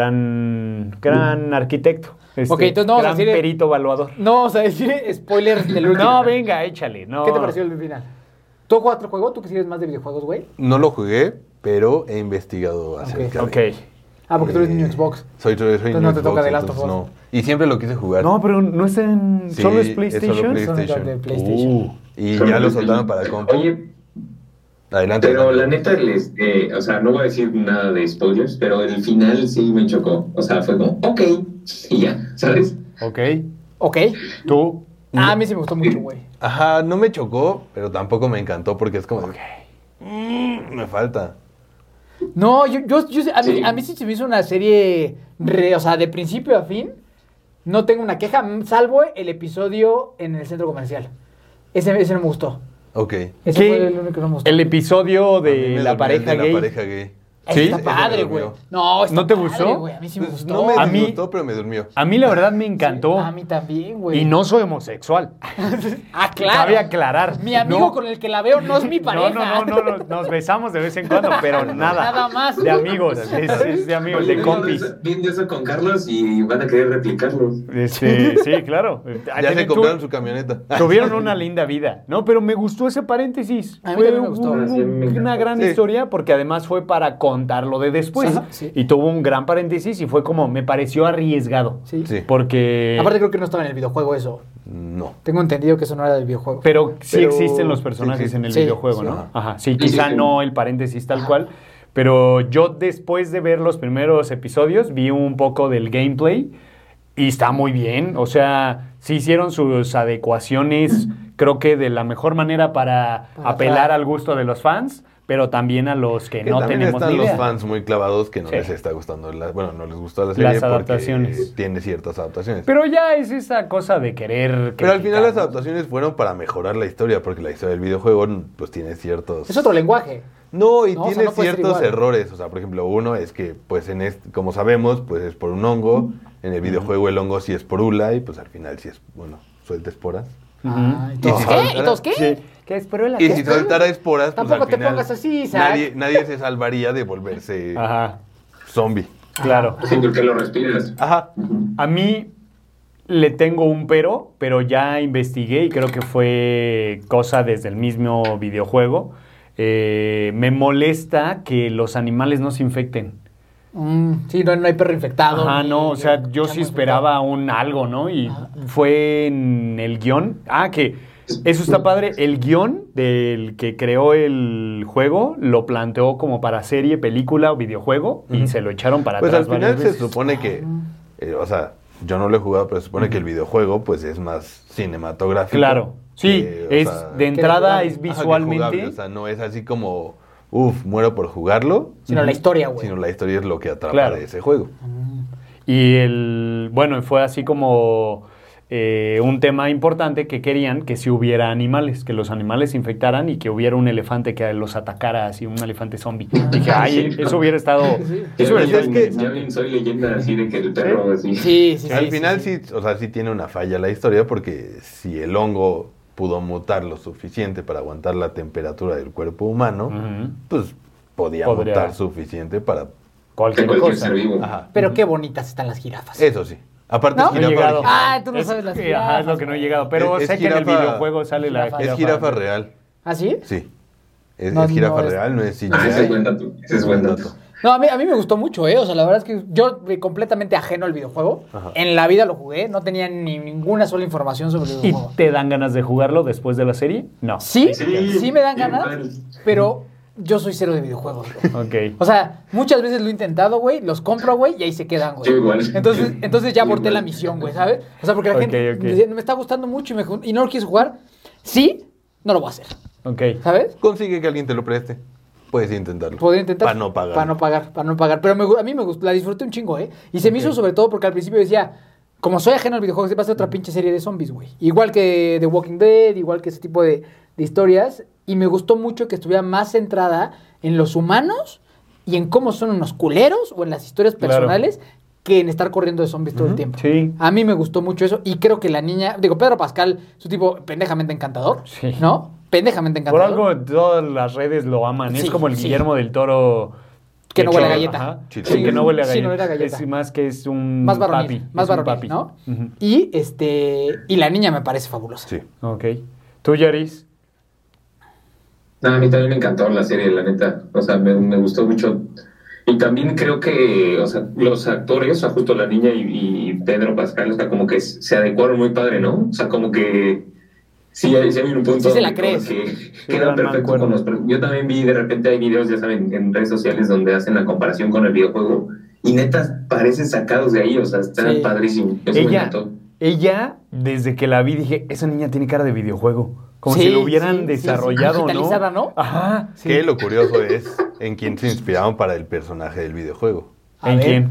gran, gran arquitecto. este,
Ok, entonces no vamos a
gran
decir-
perito evaluador.
No, o sea, decir spoilers del último.
No, venga, échale. No.
¿Qué te pareció el final? ¿Tú cuatro juego? ¿Tú que sigues más de videojuegos, güey?
No lo jugué, pero he investigado acerca
Ok.
de-
Ah, porque tú eres
Eh,
niño Xbox.
Soy, soy, soy
Entonces
niño
no te toca
Xbox,
The Last of
entonces
Us.
no. Y siempre lo quise jugar.
No, pero no está en.
Sí,
solo es
es
PlayStation.
solo
Son de-
PlayStation. Uh.
de PlayStation.
Y
Solo
ya lo
porque-
soltaron para compa.
Oye,
Adelante.
pero la neta, les, eh, o sea, no voy a decir nada de spoilers, pero el final sí me chocó. O sea, fue como, ok, y ya, ¿sabes?
Ok.
Ok.
Tú.
Ah, a mí sí me gustó mucho, güey.
Ajá, no me chocó, pero tampoco me encantó porque es como... de, "Mm, me falta.
No, yo, yo, yo- a, mí,
Sí.
a mí sí se me hizo una serie, re- o sea, de principio a fin, no tengo una queja, m- salvo el episodio en el centro comercial. Ese, ese no me gustó.
Ok.
Ese
¿Qué?
fue el único que no me gustó.
El episodio
A mí me
de
dolió
la
el
pareja
de
gay.
La pareja gay.
Ese
¿Sí?
está
Ese me
padre, güey.
durmió.
No, está
¿No te
padre,
gustó?
güey, A mí sí me
Pues
gustó. Ah,
no me
A mí-
disgustó, pero me durmió.
A mí la verdad me encantó.
A mí también, güey.
y no soy homosexual.
Ah, claro.
Cabe aclarar.
Mi amigo
No.
con el que la veo no es mi pareja.
(laughs) No, no, no, no, no, nos besamos de vez en cuando, pero nada.
Nada más.
De amigos, es, es de amigos, de
Oye,
compis.
Viendo eso con Carlos y van a querer replicarlo.
Este, sí, claro.
Ya se
Tú-
compraron su camioneta. (laughs)
(laughs) Tuvieron una linda vida, ¿no? Pero me gustó ese paréntesis.
A mí
Fue
también me gustó.
un-
Sí, me encantó.
una gran
Sí.
historia porque además fue para contar lo de después.
Ajá, sí.
Y tuvo un gran paréntesis y fue como, me pareció arriesgado.
Sí.
Sí.
Porque...
Aparte creo que no estaba en el videojuego eso.
No.
Tengo entendido que eso no era del videojuego.
pero sí
pero-
existen los
sí
personajes
existen.
en el
Sí,
videojuego,
sí,
¿no?
ajá.
Ajá. Sí, quizá
sí.
no el paréntesis tal cual. Pero yo después de ver los primeros episodios vi un poco del gameplay y está muy bien. O sea, sí hicieron sus adecuaciones, creo que de la mejor manera para,
Para
apelar
atraer.
al gusto de los fans, pero también a los que,
Que
no
también
tenemos
están
ni idea.
los fans muy clavados que no
Sí.
les está gustando la- bueno no les gusta la
Las
serie porque
adaptaciones.
tiene ciertas adaptaciones pero,
Pero ya es esa cosa de querer.
al final
criticar,
las
¿no?
adaptaciones fueron para mejorar la historia porque la historia del videojuego pues tiene ciertos
Es otro lenguaje.
no y
No, o sea,
tiene
no puede ser
ciertos
igual.
errores o sea por ejemplo uno es que pues en este, como sabemos pues es por un hongo en el videojuego el hongo sí es por ula y pues al final sí es bueno suelta esporas
Ah, ¿y todos
Y si
qué?
faltara-
¿Y todos qué?
Sí. ¿Qué es Pero la
y
que-
si soltara esporas pues
Tampoco
al
te
final
pongas así, Isaac.
nadie nadie se salvaría
(laughs)
de volverse
Ajá,
zombie
claro.
Sí, porque lo respiras.
Ah.
ajá
A mí le tengo un pero, pero ya investigué y creo que fue cosa desde el mismo videojuego. Eh, me molesta que los animales no se infecten.
Mm, sí, no, no hay perro infectado.
Ajá,
ni-
no, o sea, yo sí
chango
esperaba un algo, ¿no? Y fue en el guión. Ah, que eso está padre. El guión del que creó el juego lo planteó como para serie, película o videojuego y
Ujú.
se lo echaron para
Pues al
atrás. varias
final se
veces.
supone que, eh, o sea, yo no lo he jugado, pero se supone que el videojuego pues es más cinematográfico.
Claro. Sí,
que, o
es
sea, ajá,
de entrada
jugable.
es
que
visualmente.
jugable, o sea, no es así como, uff, muero por jugarlo,
Sino la historia, güey.
sino la historia es lo que atrapa
Claro.
de ese juego.
Y el, bueno, fue así como eh, un tema importante que querían que si hubiera animales, que los animales se infectaran y que hubiera un elefante que los atacara, así un
(laughs)
elefante zombie. Dije, ay,
Sí.
eso hubiera estado... Eso
Ya
hubiera
bien,
estado
es que-
ya bien soy leyenda así de que el perro así.
Sí, sí, sí.
al
sí,
final
sí.
sí. o sea, sí tiene una falla la historia porque si el hongo pudo mutar lo suficiente para aguantar la temperatura del cuerpo humano,
Ujú.
pues podía
Podría.
mutar suficiente para...
De
Cualquier
cualquier
cosa.
ser vivo.
Ajá.
Pero qué bonitas están las jirafas.
Eso sí. Aparte
¿No?
es
No he
jirafa
llegado.
original.
Ah, tú no
Es-
sabes las
eh, Ajá, es lo
jirafas,
que no he
güey.
llegado. Pero
Es-
sé
es
que en el
jirafa-
videojuego sale la
jirafa.
jirafa.
Es jirafa real,
¿Ah, sí?
sí. Es,
No,
es jirafa
no, es- Ah,
real, no es CGI.
Ah, Ese es buen dato. Ese es buen dato.
No, a mí, a mí me gustó mucho, ¿eh? O sea, la verdad es que yo eh, completamente ajeno al videojuego.
Ajá.
En la vida lo jugué, no tenía ni ninguna sola información sobre el
¿Y
videojuego.
te dan ganas de jugarlo después de la serie? No.
¿Sí?
Sí,
sí, me dan
igual.
ganas, pero yo soy cero de videojuegos, güey.
Ok.
O sea, muchas veces lo he intentado, güey, los compro, güey, y ahí se quedan, güey.
Yo igual.
Entonces, entonces ya
Yo
aborté
igual.
la misión, güey, ¿sabes? O sea, porque la
Ok,
gente
ok.
me decía, me está gustando mucho y, me, y no lo quieres jugar. Sí, no lo voy a hacer,
Ok.
¿sabes?
Consigue que alguien te lo preste. Puedes intentarlo.
Podría intentar.
Para no pagar.
Para no pagar, para no pagar. Pero me gu- a mí me gustó, la disfruté un chingo, ¿eh? Y se me hizo sobre todo porque al principio decía, como soy ajeno al videojuego, se pasa
Mm.
otra pinche serie de zombies, güey. Igual que The Walking Dead, igual que ese tipo de, de historias. Y me gustó mucho que estuviera más centrada en los humanos y en cómo son unos culeros o en las historias
Claro.
personales que en estar corriendo de zombies todo el tiempo.
Sí.
A mí me gustó mucho eso y creo que la niña, digo, Pedro Pascal es un tipo pendejamente encantador,
Sí.
¿no? Pendejamente
Por
encantador.
algo todas las redes lo aman.
Sí,
es como el
sí.
Guillermo del Toro.
Que no huele a
Ajá.
galleta.
Sí,
Sí,
que no huele a
sí,
galleta.
no era galleta.
Es más que es un
más varonil,
papi.
más
es un
varonil,
papi.
¿no?
Ujú.
Y este y la niña me parece fabulosa.
Sí.
Ok. ¿Tú, Yaris?
No, a mí también me encantó la serie, la neta. O sea, me, me gustó mucho. Y también creo que, o sea, los actores, o sea, justo la niña y, y Pedro Pascal, o sea, como que se adecuaron muy padre, ¿no? O sea, como que sí, ya sí había un punto
Sí se la
donde
crees.
como que quedan
eran mal
perfecto con los... pero Yo también vi, de repente hay videos, ya saben, en redes sociales donde hacen la comparación con el videojuego y neta parecen sacados de ahí, o sea, están
Sí.
padrísimos. Eso me
Ella.
encantó.
Ella, desde que la vi, dije, esa niña tiene cara de videojuego. Como
Sí,
si lo
sí,
hubieran
sí, sí.
desarrollado,
Digitalizada, ¿no?
Ajá. sí.
Que lo curioso es en quién se inspiraron para el personaje del videojuego.
A
¿En
ver.
quién?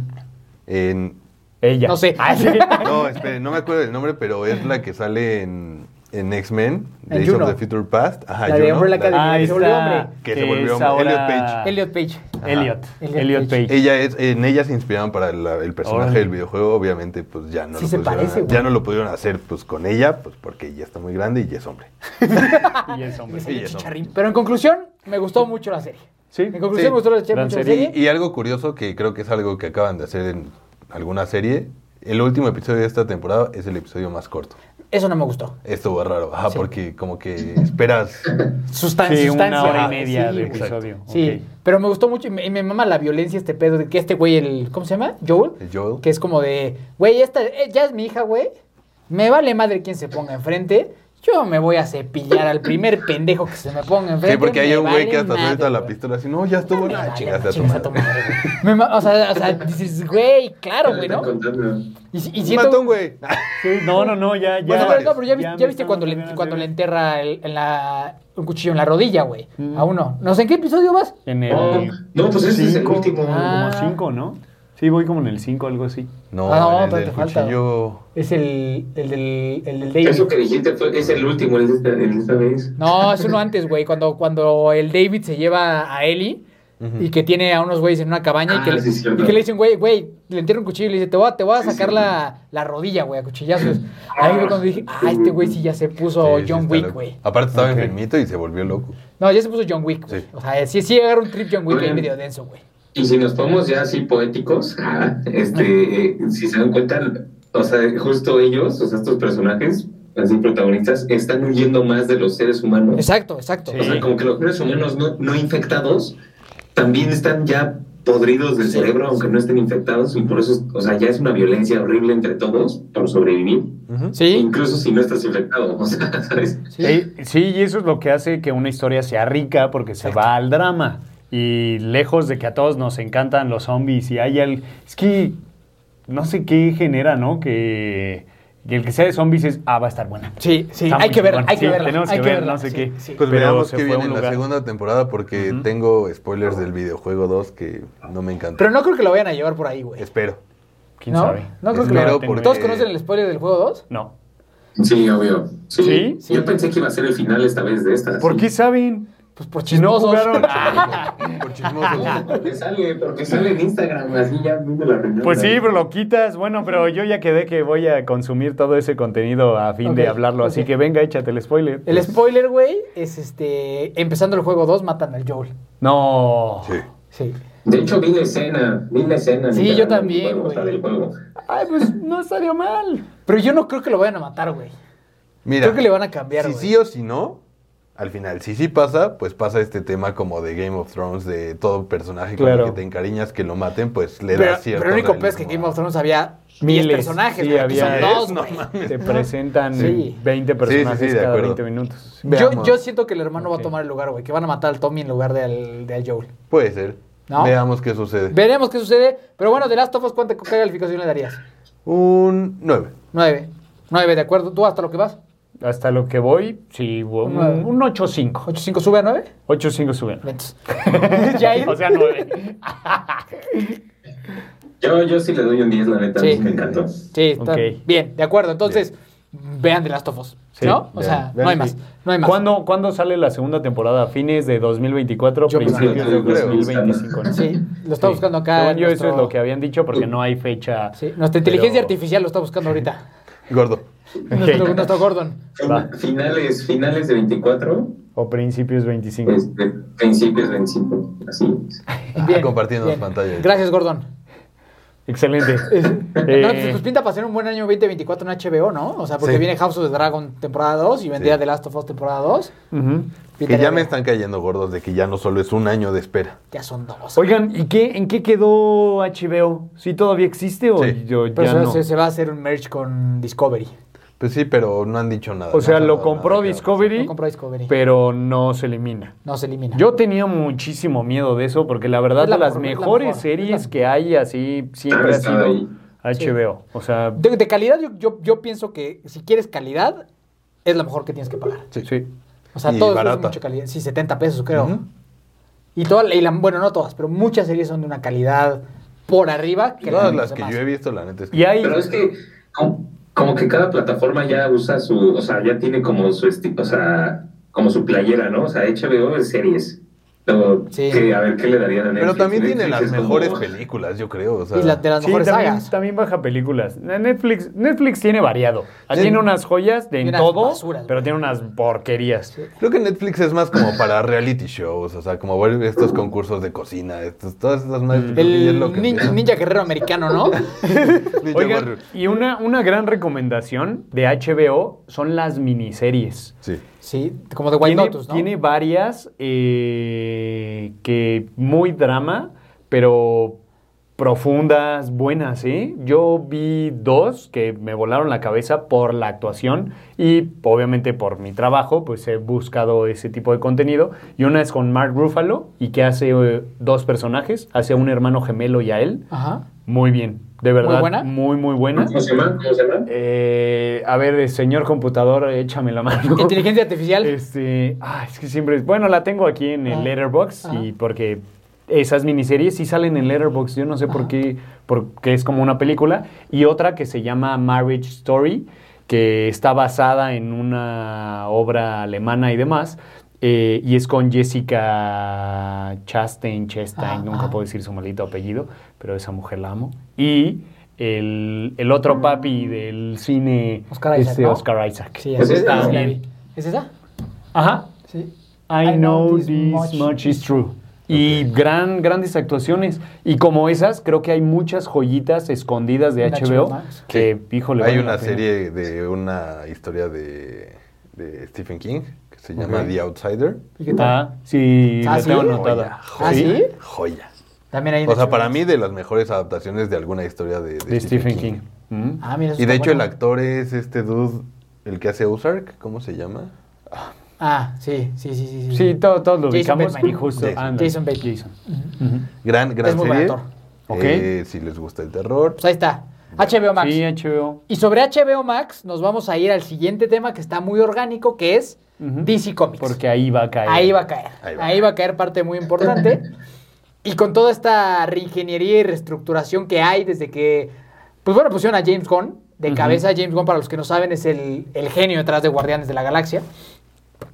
En.
Ella.
No sé. (laughs)
Ah, sí.
No, espere, no me acuerdo del nombre, pero es la que sale en, en X-Men,
En
Days of
Juno.
the Future Past. Ajá,
La de
Juno,
Umbrella
la de-
Academy.
(laughs) Ahí
se volvió
está.
hombre.
Que se volvió
es
hombre. Elliot Page.
Elliot Page.
Elliot.
Elliot
Elliot
Page.
Page.
Ella es, en ella se inspiraron para la- el personaje
Órale.
del videojuego, obviamente, pues ya no
Sí
lo
se
pudieron-
parece, güey.
ya no lo pudieron hacer pues con ella, pues porque ya está muy grande y ya es hombre.
Y es hombre.
Sí, ya es hombre.
Chicharrín. Pero en conclusión, me gustó mucho la serie.
Sí.
En conclusión,
Sí.
me gustó la mucho
Gran
la serie.
serie.
Y, y algo curioso que creo que es algo que acaban de hacer en alguna serie, el último episodio de esta temporada es el episodio más corto.
Eso no me gustó.
Esto es raro, ajá,
Sí.
porque como que esperas
Sustan-
Sí,
sustancia.
una hora y
Ajá,
media
sí,
de
güey.
episodio.
Sí,
Ok.
pero me gustó mucho y me, y me mama la violencia este pedo de que este güey, el, ¿cómo se llama? Joel.
el Joel.
Que es como de, güey, esta eh, ya es mi hija, güey. Me vale madre quien se ponga enfrente. Yo me voy a cepillar al primer pendejo que se me ponga enfrente.
Sí, porque hay
me
un güey
vale
que hasta
madre,
suelta la
güey.
pistola así, no,
Me
ya estuvo,
vale,
nada, chingaste a tu
chingas a tu
madre".
madre. (laughs) Me ma- o, sea, o sea, dices, güey, claro, güey,
Están
¿no?
contando.
Y, si- y siento...
Mató un güey. (laughs)
Sí, No, no, no, ya, ya.
Bueno, pero, no, pero ya, vi- ya
me
viste
están
cuando le,
dando
cuando le
ganas de
enterra el- en la- un cuchillo en la rodilla, güey.
Mm.
A uno. No sé en Ah, qué episodio vas.
ver. En el.
Oh, no, pues este es el
cinco,
último.
Ah.
Como cinco, ¿no? Sí, voy como en el cinco, algo así.
No,
Ah, no,
el
pero
del
te falta.
cuchillo.
Es el, el del, el del David.
Eso que dijiste fue, es el último, el de esta, el de esta vez.
No, es uno antes, güey. Cuando, cuando el David se lleva a Eli
Ujú.
y que tiene a unos güeyes en una cabaña y, que
Ah,
le,
sí, cierto.
y que le dicen, güey, güey, le entierra un cuchillo y le dice, te voy a, te voy a
Sí,
sacar
sí.
la, la rodilla, güey, a cuchillazos. Ahí fue cuando dije, ah, este güey sí ya se puso
Sí, sí
John
está
Wick,
loco.
güey.
Aparte estaba
Ok.
enfermito y se volvió loco.
No, ya se puso John Wick, güey.
Sí.
O sea, sí, sí agarra un trip John Wick ahí
Oigan.
medio denso, güey.
Y Pues si nos ponemos ya así poéticos, (laughs) ah, este, si se dan cuenta, o sea, justo ellos, o sea, estos personajes, así protagonistas, están huyendo más de los seres humanos.
Exacto, exacto.
Sí.
O sea, como que los seres humanos no, no infectados también están ya podridos del cerebro, aunque no estén infectados, y por eso, o sea, ya es una violencia horrible entre todos por sobrevivir,
Sí,
incluso si no estás infectado, (laughs) o sea, ¿sabes?
sí.
Eh, sí, y eso es lo que hace que una historia sea rica porque se va al drama. Y lejos de que a todos nos encantan los zombies y hay el... Es que no sé qué genera, ¿no? Que, que el que sea de zombies es... Ah, va a estar buena.
Sí, sí,
Está
hay
muy
que verla,
chingón.
hay que
Sí,
verla.
tenemos
hay
que
que
ver,
verla,
no sé
sí,
qué.
sí.
Pues
Pero
veamos
se
qué
fue a
viene
un
en la
lugar.
segunda temporada porque
Ujú.
tengo spoilers del videojuego 2 que no me encantó.
Pero no creo que lo vayan a llevar por ahí, güey.
Espero.
¿Quién
¿No?
sabe?
No creo que
Espero
lo tengo
porque-
¿Todos conocen el spoiler del juego 2?
idea. No.
Sí, obvio.
¿Sí?
Yo pensé que iba a ser el final esta vez de esta.
¿Por
sí.
qué saben?
Pues por
Si no
chismosos.
jugaron...
(laughs)
ah.
Por chismoso.
Porque sale, porque sale en Instagram, así ya viendo la reunión.
Pues sí, pero lo quitas. Bueno, pero yo ya quedé que voy a consumir todo ese contenido a fin
Ok,
de hablarlo. Así
ok.
que venga, échate el spoiler.
El spoiler, güey, es este. Empezando el juego 2, matan al Joel.
No.
Sí.
Sí.
De hecho, vi la escena, vi la escena.
Sí,
literal,
yo también,
del juego, o sea,
güey.
del juego.
Ay, pues no salió mal.
Pero yo no creo que lo vayan a matar, güey.
Mira,
Creo que le van a cambiar,
si
güey.
sí o si no, Al final, si sí pasa, pues pasa este tema como de Game of Thrones, de todo personaje
Claro.
con el que te encariñas que lo maten, pues le
Pero,
da cierto.
pero el único pez que
realismo
en Game
a-
of Thrones había miles
Miles,
personajes.
sí,
güey, aquí
había-
son dos,
Es, no
güey.
mames.
Te presentan
Sí.
20 personajes
sí, de
cada
acuerdo.
20 minutos.
Yo,
Veamos.
yo siento que el hermano va
Ok.
a tomar el lugar, güey. Que van a matar al Tommy en lugar de al, de al Joel.
Puede ser.
¿No?
Veamos qué sucede.
Veremos qué sucede. Pero bueno, de Last of Us, ¿cuánta qué calificación le darías?
Un 9.
Nueve. Nueve, ¿de acuerdo? ¿Tú hasta lo que vas?
Hasta lo que voy, sí, un,
Nueve.
un 8-5.
¿Ocho, cinco, sube a nueve? (laughs)
8-5 suben.
Ventos.
O sea, 9.
Yo, yo sí le doy un 10, la neta,
Sí.
me encantó.
Sí, está
Ok.
bien, de acuerdo. Entonces, vean de Last of Us,
Sí,
¿no? O
vean,
sea,
vean,
no hay
sí.
más, no hay más.
¿Cuándo, cuándo sale la segunda temporada? ¿Fines de 2024?
Yo
¿Principios
creo,
de
yo creo.
2025? ¿no?
Sí, lo está buscando acá.
Según yo, eso
nuestro-
es lo que habían dicho porque no hay fecha.
Sí, nuestra inteligencia
Pero-
artificial lo está buscando
(laughs)
ahorita.
Gordo.
Nuestro, nuestro Gordon.
Va.
Finales, finales de 24,
O principios 25.
este, principios 25, así.
Ah,
Bien,
compartiendo
bien.
pantalla.
Gracias, Gordon. (laughs)
Excelente.
No,
Eh,
pues, pues pinta para hacer un buen año 2024 en HBO, ¿no? O sea, porque
Sí.
viene House of the Dragon temporada 2 y vendría
Sí.
The Last of Us temporada 2.
ujú.
Que
Pintaría
ya me
bien.
están cayendo gordos de que ya no solo es un año de espera.
Ya son dos.
Oigan, ¿y qué, en qué quedó HBO? ¿Sí todavía existe o
Sí.
yo
Pero
ya
se,
no?
se- se va a hacer un merge con Discovery.
Pues sí, pero no han dicho nada.
O sea,
No han
lo
dado nada
compró
que-
No
Discovery,
compró Discovery.
pero no se elimina.
No se elimina.
Yo tenía muchísimo miedo de eso porque la verdad
Es la
de las
mejor, es la
mejores
mejor,
series
es la-
que hay así siempre
Ah,
ha sido
está ahí.
HBO. O sea,
De, de calidad, yo, yo, yo pienso que si quieres calidad, es lo mejor que tienes que pagar.
sí.
O sea,
Y
todo es
barata.
mucha calidad. Sí, 70 pesos, creo.
Ujú.
Y toda, la- y la- bueno, no todas, pero muchas series son de una calidad por arriba. Que
Todas
de
las
los
que
demás.
yo he visto, la neta es que.
Y hay
Pero es que como, como que cada plataforma ya usa su, o sea, ya tiene como su estilo, o sea, como su playera, ¿no? O sea, HBO es series. Luego,
Sí.
¿qué- a ver qué le darían a Netflix.
Pero también
Netflix
tiene las
es como-
mejores películas, yo creo. O sea,
Y la- de las
sí,
mejores
también,
sagas.
también baja películas. Netflix, Netflix tiene variado. Ah,
Sí.
Tiene unas joyas de en
Y unas
todo,
basuras,
pero
güey.
tiene unas porquerías.
Creo que Netflix es más como para reality shows, o sea, como ver estos concursos de cocina, estos, todas estas más.
Mm.
El nin- ninja guerrero americano,
(laughs)
¿no?
Oigan, y una, una gran recomendación de HBO son las miniseries.
Sí.
sí, como de White
tiene,
Lotus, ¿no?
tiene varias eh, que muy drama, pero profundas, buenas, ¿eh? Yo vi dos que me volaron la cabeza por la actuación y obviamente por mi trabajo, pues he buscado ese tipo de contenido. Y una es con Mark Ruffalo y que hace eh, dos personajes, hace a un hermano gemelo y a él.
Ajá.
Muy bien, de verdad.
buena?
Muy, muy buena.
¿Cómo se llama? ¿Cómo se llama?
Eh, a ver, eh, señor computador, échame la mano.
Inteligencia artificial.
Este, ah, es que siempre, bueno, la tengo aquí en
Ah,
el Letterbox
ajá.
y porque esas miniseries sí salen en Letterbox, yo no sé por qué, porque es como una película y otra que se llama Marriage Story que está basada en una obra alemana y demás. eh, y es con Jessica Chastain, Chastain,
Ajá,
nunca
ajá.
puedo decir su maldito apellido, pero esa mujer la amo. Y el, el otro papi del cine,
Mm. Oscar Isaac,
este,
¿no?
Oscar Isaac.
Sí,
Pues
esa-
está
esa es la
bien.
vi. ¿Es esa?
Ajá,
Sí.
I, know, this much, is true. Y gran, grandes actuaciones. Y como esas, creo que hay muchas joyitas escondidas de
En
HBO.
HBO Max.
que, híjole,
Hay
vale
una
la pena.
serie de una historia de, de Stephen King que se llama
Ok.
The Outsider.
¿Y qué tal?
Ah, sí,
¿Ah,
la
sí?
tengo
Joya,
anotada.
¿Ah,
joya,
sí?
joya.
También hay en
O sea,
HBO.
para mí de las mejores adaptaciones de alguna historia de,
De Stephen King. Mm.
Ah, mira, eso
Y de
está
hecho el
bueno.
actor es este dude, el que hace Ozark, ¿cómo se llama?
Ah, sí, sí, sí, sí.
Sí, todo- todos lo
Jason
ubicamos.
Bateman.
Y justo,
Jason.
ándale.
Jason Bateman.
Jason.
Gran, gran
Es muy buen
serie.
actor.
Ok.
Eh, si les gusta el terror.
Pues ahí está. HBO Max.
Sí, HBO.
Y sobre HBO Max nos vamos a ir al siguiente tema que está muy orgánico, que es
Ujú.
DC Comics.
Porque ahí va a caer.
Ahí va a caer.
Ahí
Ahí
va.
va, a caer parte muy importante. y con toda esta reingeniería y reestructuración que hay desde que, pues bueno, pusieron a James Gunn de
Ujú.
cabeza. James Gunn, para los que no saben, es el, el genio detrás de Guardianes de la Galaxia.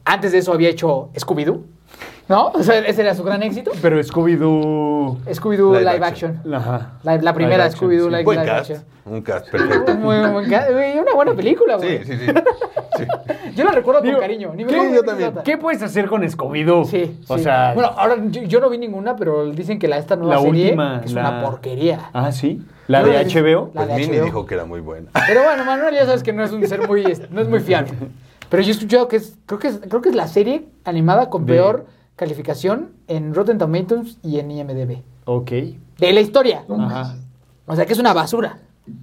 Antes de eso había hecho Scooby-Doo, ¿no? O sea, ese era su gran éxito.
Pero Scooby-Doo.
Scooby-Doo
Live
Live,
action.
Action.
Ajá.
Eh, La, la primera
Live action,
Scooby-Doo
sí.
Live,
Buen
live
cast.
Action.
Un cast perfecto.
Muy buen ca- güey, Una buena película, güey.
Sí, sí, sí. sí.
Yo la recuerdo
Digo,
con cariño. Ni me
¿qué?
acuerdo de qué
Yo
se
también.
trata.
¿Qué puedes hacer con Scooby-Doo?
Sí,
O
sí.
sea.
Bueno, ahora yo, yo no vi ninguna, pero dicen que la esta nueva
la
serie
última.
es
la-
una porquería.
Ah, sí. La
Yo
de
la vi-
HBO.
(laughs) La
Pues
de
Mini
HBO.
dijo que era muy buena. (laughs)
Pero bueno, Manuel ya sabes que no es un ser muy, es- no es muy fiable. Pero yo he escuchado que es, creo que es, creo que es la serie animada con
De-
peor calificación en Rotten Tomatoes y en IMDb.
Ok.
De la historia.
No
Ajá.
O sea que es una basura,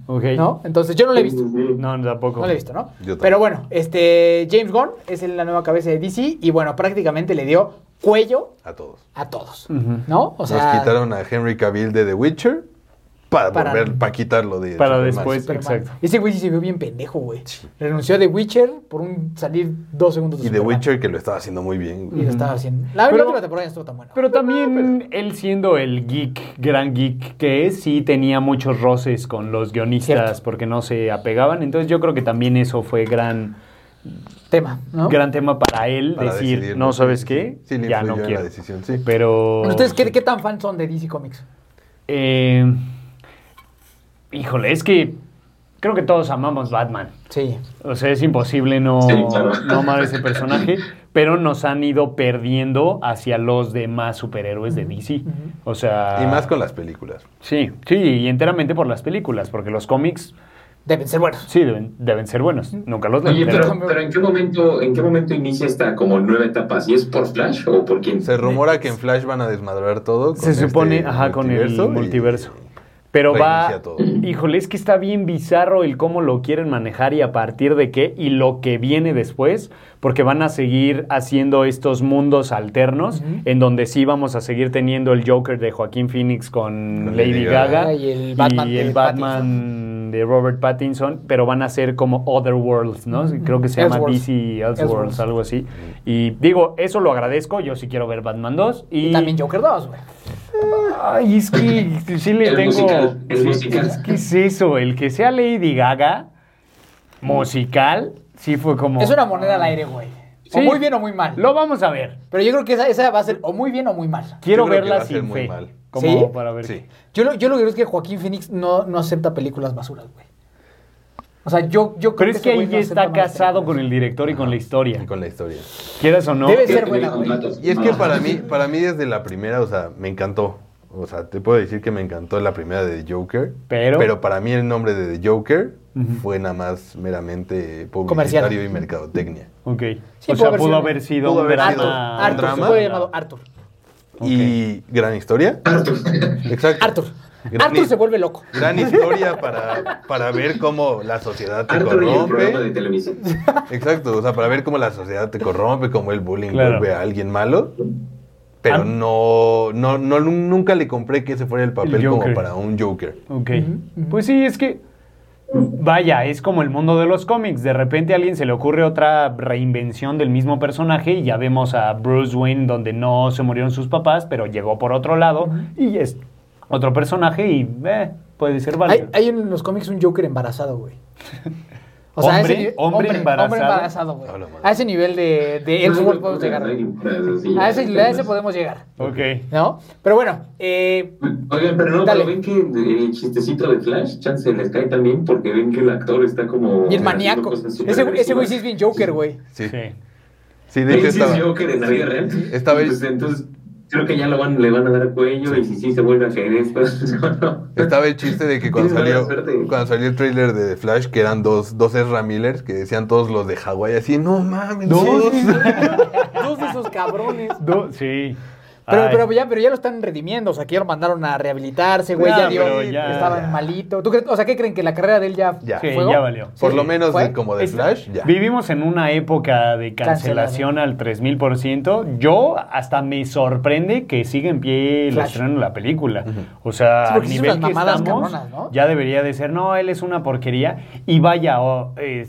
Ok.
¿no? Entonces yo no la he visto.
No.
No, tampoco.
No la he visto, ¿no?
Yo tampoco.
Pero bueno, este James Gunn es la nueva cabeza de DC y bueno, prácticamente le dio cuello
A todos.
a todos,
Ujú.
¿no? O sea,
Nos quitaron a Henry Cavill de The Witcher para,
Para-
volver, para quitarlo de
Para
Superman.
después.
Superman.
Exacto.
Ese güey sí se vio bien pendejo, güey. Renunció a The Witcher por un salir dos segundos de
Y The
Superman.
Witcher que lo estaba haciendo muy
Y
bien. güey.
lo estaba haciendo. La, la
Pero-
última temporada no estuvo tan buena.
Pero también él siendo el geek, gran geek que es, sí tenía muchos roces con los guionistas
Cierto.
porque no se apegaban. Entonces yo creo que también eso fue gran,
tema, ¿no?
gran tema para él
Para
decir,
decidir,
no, ¿sabes
Sí,
qué?
Sí, le
ya no
influyó en
quiero.
la decisión, sí.
Pero...
¿Ustedes qué, qué tan fans son de DC Comics?
Eh, híjole, es que creo que todos amamos Batman.
Sí.
O sea, es imposible no,
Sí, claro.
no amar ese personaje, pero nos han ido perdiendo hacia los demás superhéroes de DC. O sea...
Y más con las películas.
Sí, sí, y enteramente por las películas, porque los cómics
Deben ser buenos.
sí deben, deben ser buenos. Nunca los
Oye,
leí. pero-
pero, pero ¿en qué momento, en qué momento inicia esta como nueva etapa? ¿Si es por Flash o por quién?
Se rumora que en Flash van a desmadrar todo. con
Se
este
supone, ajá, con el
y-
multiverso. Pero
Reinicia
va,
todo.
híjole, es que está bien bizarro el cómo lo quieren manejar y a partir de qué y lo que viene después, porque van a seguir haciendo estos mundos alternos
Ujú.
en donde sí vamos a seguir teniendo el Joker de Joaquín Phoenix con,
Con
Lady
Lady
Gaga,
Gaga y el Batman de
el Batman de Robert Pattinson, pero van a ser como Other Worlds, ¿no? Creo que se llama
Elseworlds.
DC Elseworlds,
Elseworlds.
algo así. Y digo, eso lo agradezco, yo sí quiero ver Batman 2 y,
Y también Joker 2, güey.
Ay, es que sí le
El
tengo.
musical, el
sí,
musical.
Es que es eso, el que sea Lady Gaga musical, sí fue como.
Es una moneda al aire, güey.
Sí.
O muy bien o muy mal.
Lo vamos a ver.
Pero yo creo que esa, esa va a ser o muy bien o muy mal.
creo
Quiero
que va
verla
a ser
sin
muy
fe.
mal.
Como
¿Sí?
para ver.
Sí.
Yo lo, yo lo que creo es que Joaquín Phoenix no, no acepta películas basuras, güey. O sea, yo, yo creo
Pero es
ese
que
güey
ahí
no
ya
acepta
está
malas
casado con
películas.
el director y con la historia.
Y con la historia.
Quieras o no.
Debe
Tiene
ser
que
buena,
tener
güey.
contratos.
Y es que
Ajá.
para mí, para mí desde la primera, o sea, me encantó. O sea, te puedo decir que me encantó la primera de The Joker.
Pero-
para mí el nombre de The Joker fue nada más meramente publicitario
Comercial.
y mercadotecnia.
Ok.
Sí,
o
pudo
sea,
haber
pudo
sido-
haber sido
pudo
un
haber sido
drama.
un
Arthur,
drama.
se puede llamado Arthur.
Y gran historia.
(laughs)
(laughs)
Arthur.
Exacto.
Arthur.
Gran
Arthur
hi-
se vuelve loco.
Gran historia para, para ver cómo la sociedad te
Arthur y el programa de
corrompe.
televisión.
Exacto, o sea, para ver cómo la sociedad te corrompe, cómo el bullying
Claro.
vuelve a alguien malo. Pero
Ah.
no, no, no, nunca le compré que ese fuera el papel
Joker.
como para un Joker.
Ok. Pues sí, es que. Vaya, es como el mundo de los cómics. De repente a alguien se le ocurre otra reinvención del mismo personaje y ya vemos a Bruce Wayne donde no se murieron sus papás, pero llegó por otro lado y es otro personaje y eh, puede ser válido.
Hay, hay en los cómics un Joker embarazado, güey. a ese
Hombre,
nivel-
hombre embarazado.
Hombre embarazado, güey.
Habla madre.
A ese nivel de, de
No hay
Elseworlds podemos
puta,
llegar.
no hay
güey.
putas, sí,
A ese,
no hay
a ese
putas.
podemos llegar,
Ok.
¿no? Pero bueno, eh,
Oigan, pero no,
Dale.
pero ven que el chistecito de Flash, chance se les cae también porque ven que el actor está como.
bien maníaco. Ese, güey- ese güey sí es bien Joker, güey.
pues, Sí.
Sí.
Sí, de
Él
hecho
sí es
estaba.
Joker en la vida real.
Esta vez-
Entonces, entonces, creo que ya lo van, le van a dar cuello y si sí se vuelve a caer esto. (laughs) no, no.
Estaba el chiste de que cuando
Tienes
salió,
mala suerte.
cuando salió el trailer de Flash, que eran dos, dos Ezra Millers, que decían todos los de Hawái así, no mames, dos.
Dos de esos cabrones.
Du- sí.
Pero,
Ay.
pero, ya, pero ya lo están redimiendo, o sea, que ya lo mandaron a rehabilitarse, güey,
Ya,
ya dio,
pero ya,
estaban
ya.
malito. ¿Tú crees- o sea, ¿qué creen? ¿Que la carrera de él ya,
Ya.
Sí,
fuego?
ya valió.
Por
Sí,
lo menos
¿fue?
de- como de
Es-
Flash, ya.
Vivimos en una época de cancelación al 3000%. Yo hasta me sorprende que siga en pie el
Flash.
estreno de la película. O sea,
Sí,
al
porque hizo
nivel
unas
que
mamadas
estamos,
cabronas, ¿no?
ya debería de ser, no, él es una porquería. Y vaya, oh, eh,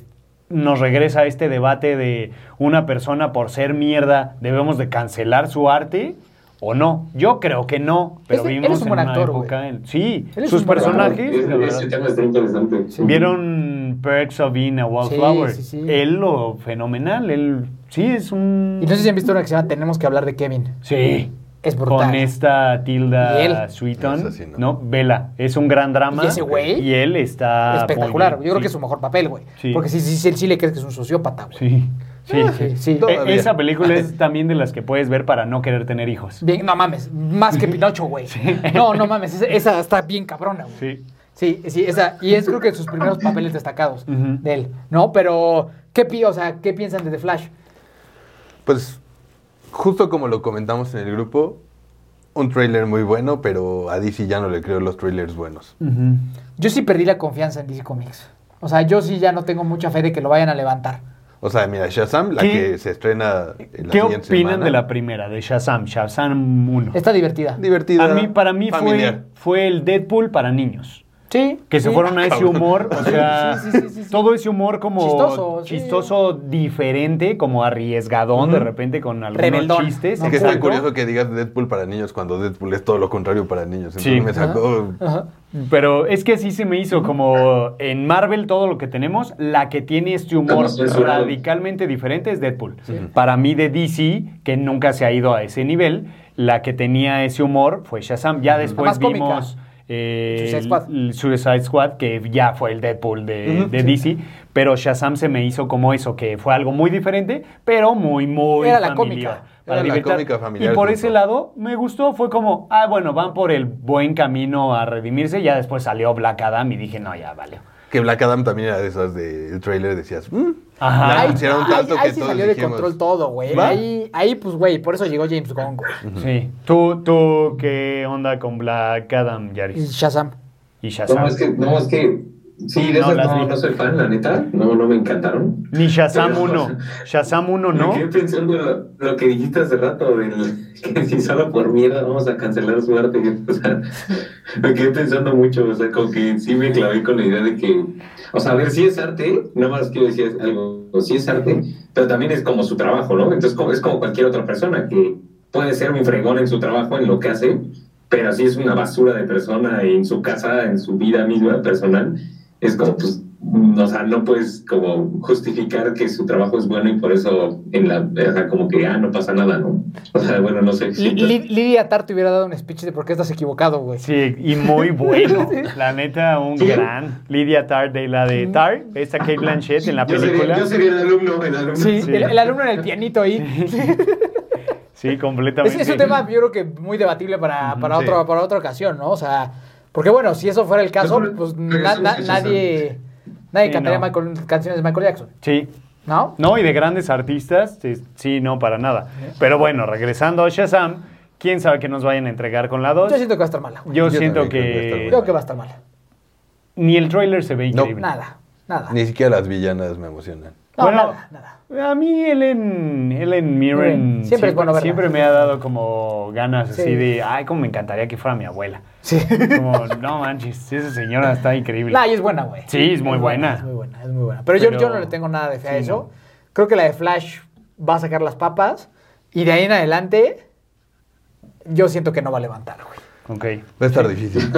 nos regresa este debate de una persona por ser mierda, ¿debemos de cancelar su arte? ¿O no? Yo creo que no, pero
Este- él
vivimos
es un
en
buen
una
actor,
época...
güey.
en- sí,
Él es
sus
un buen actor.
personajes...
Ese-
la verdad.
ese tema está interesante.
¿Vieron Perks of Being a Wallflower?
Sí, sí, sí.
Él lo fenomenal, él sí es un...
Y no sé si han visto una que se llama Tenemos que hablar de Kevin.
Sí.
Es brutal.
Con esta
Y él.
Tilda
Esa
Sweeton,
sí, no.
¿no? Vela. Es un gran drama.
Y ese güey
Y él está...
Espectacular,
muy
yo
bien,
creo que es
sí.
su mejor papel, güey.
Sí.
Porque sí, sí, sí, sí le crees que es un sociópata, güey.
Sí, sí,
Ah,
sí.
sí, sí.
Eh,
Todavía.
Esa
(laughs)
película es también de las que puedes ver para no querer tener hijos.
Bien, no mames, más que Pinocho, güey. No, no mames, esa, esa está bien cabrona, güey.
Sí.
Sí, sí, esa, y es creo que sus primeros papeles destacados
Ujú.
de él, ¿no? Pero, ¿qué, pi- o sea, ¿qué piensan de The Flash?
Pues justo como lo comentamos en el grupo, un tráiler muy bueno, pero a DC ya no le creo los trailers buenos.
Yo sí perdí la confianza en DC Comics. O sea, yo sí ya no tengo mucha fe de que lo vayan a levantar.
O sea, mira, Shazam, la
¿Qué-
que se estrena en la siguiente
¿Qué opinan
semana,
de la primera, de Shazam? Shazam 1.
Está divertida.
divertida,
A mí, para mí fue,
familiar.
fue el Deadpool para niños.
Sí.
Que se
sí. Ah,
fueron a ese
Cabrón.
humor, o sea,
Sí, sí, sí, sí, sí.
todo ese humor como
Chistoso, sí.
chistoso, diferente, como arriesgadón de repente con algunos
Rebeldón.
chistes.
No,
que está
oculto.
curioso que digas Deadpool para niños cuando Deadpool es todo lo contrario para niños.
Sí.
Entonces me sacó...
Ajá.
Pero es que sí se me hizo como en Marvel todo lo que tenemos, la que tiene este humor
Estamos censurados.
radicalmente diferente es Deadpool. Para mí de DC, que nunca se ha ido a ese nivel, la que tenía ese humor fue Shazam. Ya después
más cómica.
vimos eh,
Suicide Squad.
el Suicide Squad, que ya fue el Deadpool de, de DC, pero Shazam se me hizo como eso, que fue algo muy diferente, pero muy, muy
Era la
familiar.
cómica.
Para
Era la
libertar.
cómica familiar,
Y por
justo.
ese lado me gustó, fue como, ah, bueno, van por el buen camino a redimirse. Ya después salió Black Adam y dije, no, ya vale.
Que Black Adam también era de esas del tráiler, decías... "Mm".
Ajá.
La
Ay,
anunciaron tanto
ahí
que
sí
todos
salió de
dijimos,
control todo, güey.
¿Va?
Ahí, ahí, pues, güey, por eso llegó James Gunn, güey.
Sí. ¿Tú, tú qué onda con Black Adam,
Y
Yaris?
Shazam.
Y Shazam.
No, es que, no, es que, sí, de
No,
esas
las
no,
vi.
no soy fan, la neta, no, no me encantaron.
Ni
(laughs)
Shazam
Pero-
1. Shazam 1 no.
Me quedé pensando en lo, lo que dijiste hace rato, del (laughs) que si solo por mierda vamos a cancelar su arte. (laughs) O sea, me quedé pensando mucho, o sea, como que sí me clavé con la idea de que, o sea, a ver, si es arte, nada más quiero decir algo, si es arte, pero también es como su trabajo, ¿no? Entonces como, es como cualquier otra persona que puede ser un fregón en su trabajo, en lo que hace, pero si es una basura de persona en su casa, en su vida misma personal, es como, pues, mm, o sea, no puedes como justificar que su trabajo es bueno y por eso en la, o sea, como que, ah, no pasa nada, ¿no? O sea, bueno, no sé.
Li- Li- Lidia Tartt te hubiera dado un speech de por qué estás equivocado, güey.
Sí, y
(laughs)
muy bueno. La neta, un
Sí.
gran. Lydia Tart de la de Tart, esta Kate Blanchett en la
yo,
película.
sería, yo sería el alumno, el alumno.
Sí,
Sí.
El, el alumno en el pianito (laughs) ahí.
Sí,
Es,
completamente.
es un tema, yo creo que muy debatible para, para,
sí.
otro, para otra ocasión, ¿no? O sea, porque bueno, si eso fuera el caso,
Mejor
pues na-
regresemos
na-
a Shazam.
nadie, nadie
Sí,
cantaría
no.
Michael- canciones de Michael Jackson,
Sí.
¿no?
No, y de grandes artistas, sí, sí, no, para nada. Pero bueno, regresando a Shazam, quién sabe qué nos vayan a entregar con la 2.
Yo siento que va a estar mala. güey.
yo también creo que va a
que
estar
Yo
buena.
creo que va a estar mala.
ni el tráiler se ve increíble.
Nada, nada.
Ni siquiera las villanas me emocionan.
No,
Bueno,
nada, nada.
A mí Ellen,
Mirren,
Ellen Mirren
siempre es bueno verla.
siempre me ha dado como ganas
Sí.
así de, ay, como me encantaría que fuera mi abuela.
Sí.
Como, (laughs) no manches, esa señora está increíble.
Nah, y es buena, güey.
Sí, es muy buena.
Es muy buena, es muy buena. Pero, yo- Yo,
Pero-
no le tengo nada de fe a
Sí,
eso. Creo que la de Flash va a sacar las papas y de ahí en adelante yo siento que no va a levantar, güey.
Ok.
Va a estar
(laughs)
difícil.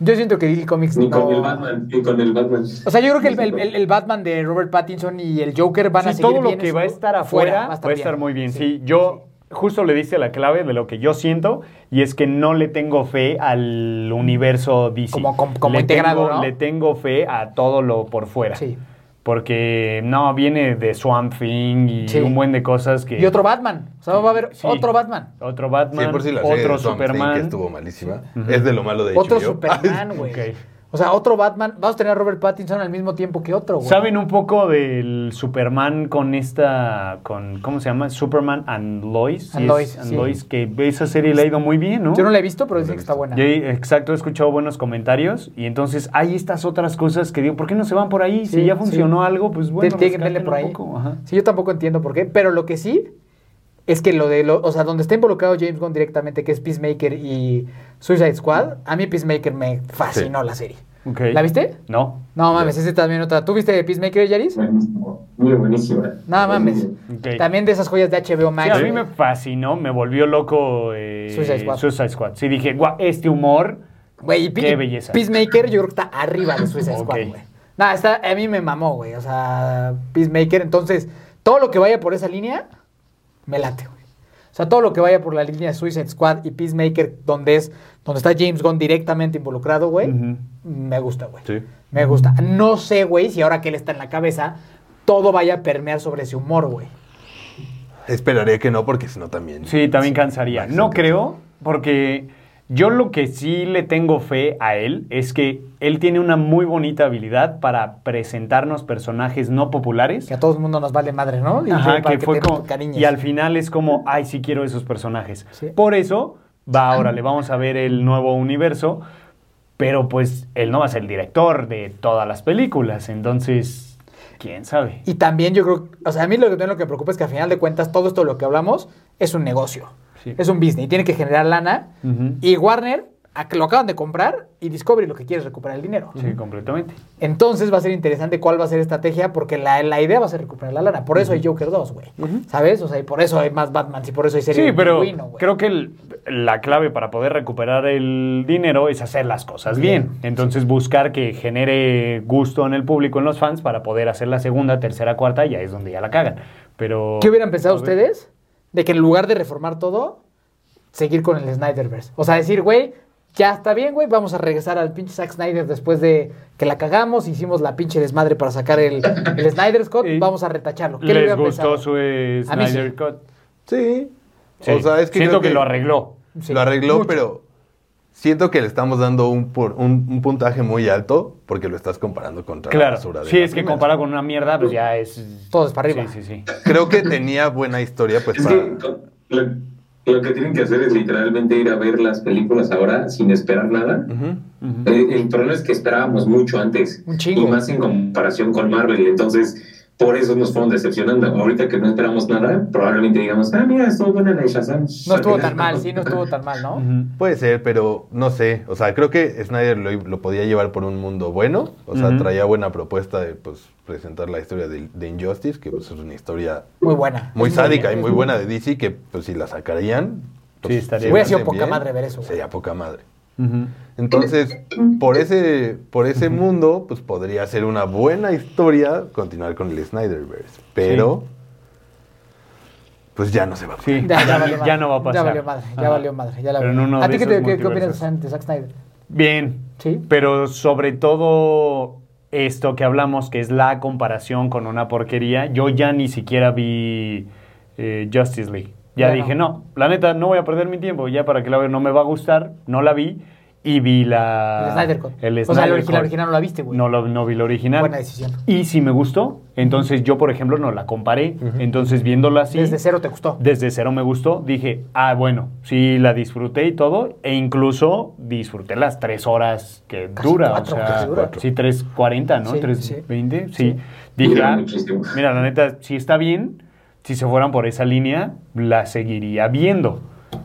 Yo siento que DC Comics
Ni con el
no...
Batman, ni con el Batman.
O sea, yo creo que el, el- el- el Batman de Robert Pattinson y el Joker van a
Sí,
seguir
todo lo
bien
que
en
va a
su-
estar afuera va a estar,
bien.
muy bien. Sí, yo justo le diste la clave de lo que yo siento y es que no le tengo fe al universo DC.
Como- como- como
le
integrado,
tengo,
¿no?
Le tengo fe a todo lo por fuera.
Sí.
Porque no, viene de Swamp Thing y
Sí.
un buen de cosas que...
Y otro Batman. O sea, va a haber
Sí.
otro Batman.
Otro
Sí,
Batman,
por si la serie
otro
de Swamp Thing, que
Superman.
estuvo malísima. Es de lo malo de
Otro
(laughs) HBO.
Superman,
(laughs)
güey.
Ok.
O sea, otro Batman. Vamos a tener a Robert Pattinson al mismo tiempo que otro, güey.
¿Saben un poco del Superman con esta, con, ¿cómo se llama? Superman and Lois.
And
Sí,
Lois,
and
sí.
Lois, que esa serie le ha ido muy bien, ¿no?
Yo no la he visto, pero dicen
he
que está
visto.
buena.
Y ahí, exacto, he escuchado buenos comentarios y entonces hay estas otras cosas que digo, ¿por qué no se van por ahí?
Sí,
si ya funcionó algo, pues bueno,
Tiene que
rescátenlo
meterle por
un
ahí.
poco, ajá.
Sí, yo tampoco entiendo por qué, pero lo que sí es que lo de lo, o sea, donde está involucrado James Gunn directamente, que es Peacemaker y Suicide Squad, a mí Peacemaker me fascinó la serie.
Ok.
¿La viste?
No.
No mames, ese también otra. ¿Tú viste Peacemaker, Yaris?
Buenísimo, muy buenísima.
No mames.
Ok.
También de esas joyas de HBO Max.
Sí, a mí me
güey.
fascinó, me volvió loco eh,
Suicide Squad.
Squad. Sí, dije, guau, este humor.
Güey, y Pe-
Qué belleza.
Peacemaker yo creo que está arriba de Suicide
Ok.
Squad, güey. Nada, está- a mí me mamó, güey. O sea, Peacemaker, entonces, todo lo que vaya por esa línea, me late, güey. O sea, todo lo que vaya por la línea Suicide Squad y Peacemaker, donde es, donde está James Gunn directamente involucrado, güey,
Ujú.
me gusta, güey.
Sí.
Me gusta. No sé, güey, si ahora que él está en la cabeza, todo vaya a permear sobre ese humor, güey.
Esperaría que no, porque si no también.
Sí, también cansaría.
Max,
No
entonces.
creo, porque Yo lo que sí le tengo fe a él es que él tiene una muy bonita habilidad para presentarnos personajes no populares.
Que a todo el mundo nos vale madre, ¿no? Y
Ajá,
que para
que fue
te
como-
cariñes.
y al final es como, ay, sí quiero esos personajes.
Sí.
Por eso, va, órale, vamos a ver el nuevo universo, pero pues él no va a ser el director de todas las películas, entonces, quién sabe.
Y también yo creo, o sea, a mí lo que, también lo que me preocupa es que al final de cuentas todo esto de lo que hablamos es un negocio.
Sí.
Es un business, tiene que generar lana.
Ujú.
Y Warner ac- lo acaban de comprar y Discovery lo que quiere es recuperar el dinero.
Sí, completamente.
Entonces va a ser interesante cuál va a ser la estrategia porque la, la idea va a ser recuperar la lana. Por eso hay Joker 2, güey. ¿Sabes? O sea, y por eso hay más Batman y por eso hay serie
Sí,
de
pero
Pingüino, güey.
creo que el- la clave para poder recuperar el dinero es hacer las cosas bien. Entonces buscar que genere gusto en el público, en los fans, para poder hacer la segunda, tercera, cuarta, y ahí es donde ya la cagan. Pero...
¿Qué hubieran pensado
a ver.
ustedes de que en lugar de reformar todo, seguir con el Snyderverse? O sea, decir, güey, ya está bien, güey, vamos a regresar al pinche Zack Snyder después de que la cagamos, hicimos la pinche desmadre para sacar el, el Snyder Scott,
(laughs) Y
vamos a retacharlo. ¿Qué le
¿Les
hubieran
gustó
pensado?
su eh,
A mí sí.
Snyder Cut?
Sí.
Sí.
O sea, es que
Siento
creo
que, lo arregló.
Sí,
lo arregló,
mucho.
pero siento que le estamos dando un, por- un, un puntaje muy alto porque lo estás comparando contra la
Claro.
basura de
Sí,
la
es que
primera.
comparado con una mierda, pues ya es...
Todo es para arriba.
Sí, sí, sí.
Creo que tenía buena historia, pues
Es
para...
que co- lo, lo que tienen que hacer es literalmente ir a ver las películas ahora sin esperar nada.
Ujú.
El, el problema es que esperábamos mucho antes.
Un chingo.
Y más en comparación con Marvel. Entonces, por eso nos fueron decepcionando. Ahorita que no esperamos nada, probablemente digamos, ah, mira, estuvo buena la de Shazam.
No estuvo tan mal, sí, no
(laughs)
estuvo tan mal, ¿no?
Ujú.
Puede ser, pero no sé. O sea, creo que Snyder lo, lo podía llevar por un mundo bueno. O sea,
Ujú.
traía buena propuesta de pues, presentar la historia de, de Injustice, que pues, es una historia
Muy buena.
muy
Es
sádica y
bien.
muy buena de DC, que pues, si la sacarían... Pues,
Sí, estaría
se hacen
bien.
Hubiera sido poca
bien,
madre ver eso, güey.
Sería poca madre.
Ujú.
Entonces, por ese, por ese mundo, pues podría ser una buena historia continuar con el Snyderverse. Pero, pues ya no se va a
Sí,
(laughs) Ya,
ya,
ya valió
(laughs) ya no va a
madre,
pasar.
Ya valió madre, ya
Ajá.
valió madre. Ya la
Pero en
valió.
uno
¿A
de
ti qué,
esos
te- qué- qué opinas
multiversos.
de Zack Snyder?
Bien.
Sí.
Pero sobre todo esto que hablamos, que es la comparación con una porquería, yo ya ni siquiera vi eh, Justice League. Ya
Ya
dije,
no.
no. la neta, no voy a perder mi tiempo, ya para que la veo, no me va a gustar, no la vi. Y vi la...
el Snyder Cut.
Ah, el
o sea, la
Snyder
original,
Cut.
no la viste, güey.
No, lo- no vi la original.
Buena decisión.
Y si me gustó, entonces yo, por ejemplo, no la comparé. Entonces, viéndola así...
Desde cero te gustó.
Desde cero me gustó, dije, ah, bueno, sí, la disfruté y todo, e incluso disfruté las tres horas que
Casi
dura,
cuatro,
o sea,
casi dura.
sí, 3.40, ¿no?
Sí,
3.20, sí.
sí.
Dije,
Dura
ah,
muchísimo.
mira, la neta, si está bien, si se fueran por esa línea, la seguiría viendo.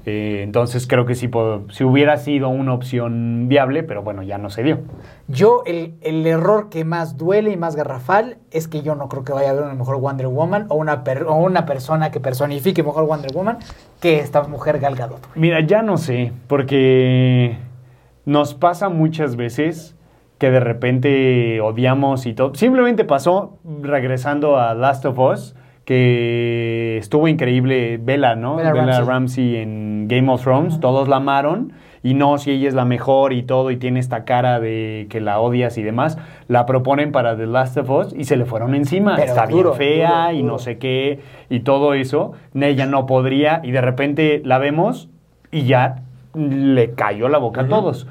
Eh, entonces creo que sí, po- sí hubiera sido una opción viable, pero bueno, ya no se dio.
Yo, el, el error que más duele y más garrafal es que yo no creo que vaya a haber una mejor Wonder Woman o una, per- o una persona que personifique mejor Wonder Woman que esta mujer Gal Gadot. güey.
Mira, ya no sé, porque nos pasa muchas veces que de repente odiamos y todo. Simplemente pasó, regresando a Last of Us, que estuvo increíble Bella, ¿no?
Bella
Bella,
Ramsey.
Ramsey. en Game of Thrones, todos la amaron. Y no, si ella es la mejor y todo, y tiene esta cara de que la odias y demás, la proponen para The Last of Us y se le fueron encima.
Pero
Está
duro,
bien fea
duro,
y
duro.
no sé sé qué y todo eso, ella no podría y de repente la vemos y ya le cayó la boca a todos.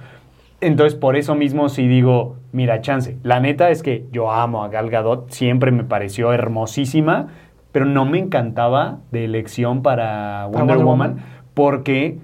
Entonces, por eso mismo sí digo, mira, chance, la neta es que yo amo a Gal Gadot, siempre me pareció hermosísima, pero no me encantaba de elección para Wonder,
Wonder
Woman,
Woman.
porque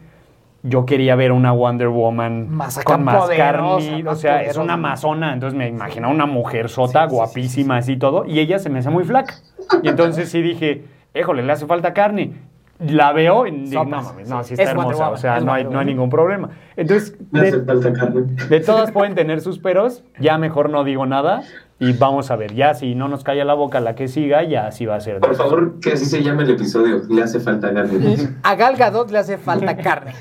yo quería ver una Wonder Woman
Más acá
con más
poderosa,
carne, o
más
sea, es
poderosa.
una amazona, entonces me imaginaba una mujer
Sí,
sota,
sí, sí,
guapísima,
sí, sí.
así todo, y ella se me hace muy flaca. Y entonces sí dije, éjole, le hace falta carne. La veo y digo, no,
Sopas.
mames, no, sí
Es
está
Wonder
hermosa, o
Woman,
sea,
es
no hay,
Wonder
no hay
Woman.
ningún problema. Entonces,
No hace
de,
falta Carmen.
de todas pueden tener sus peros, ya mejor no digo nada y vamos a ver, ya si no nos calla la boca la que siga, ya así va a ser.
Por favor, que así se llame el episodio. Le hace falta Carmen.
A Gal Gadot le hace falta
(laughs)
carne.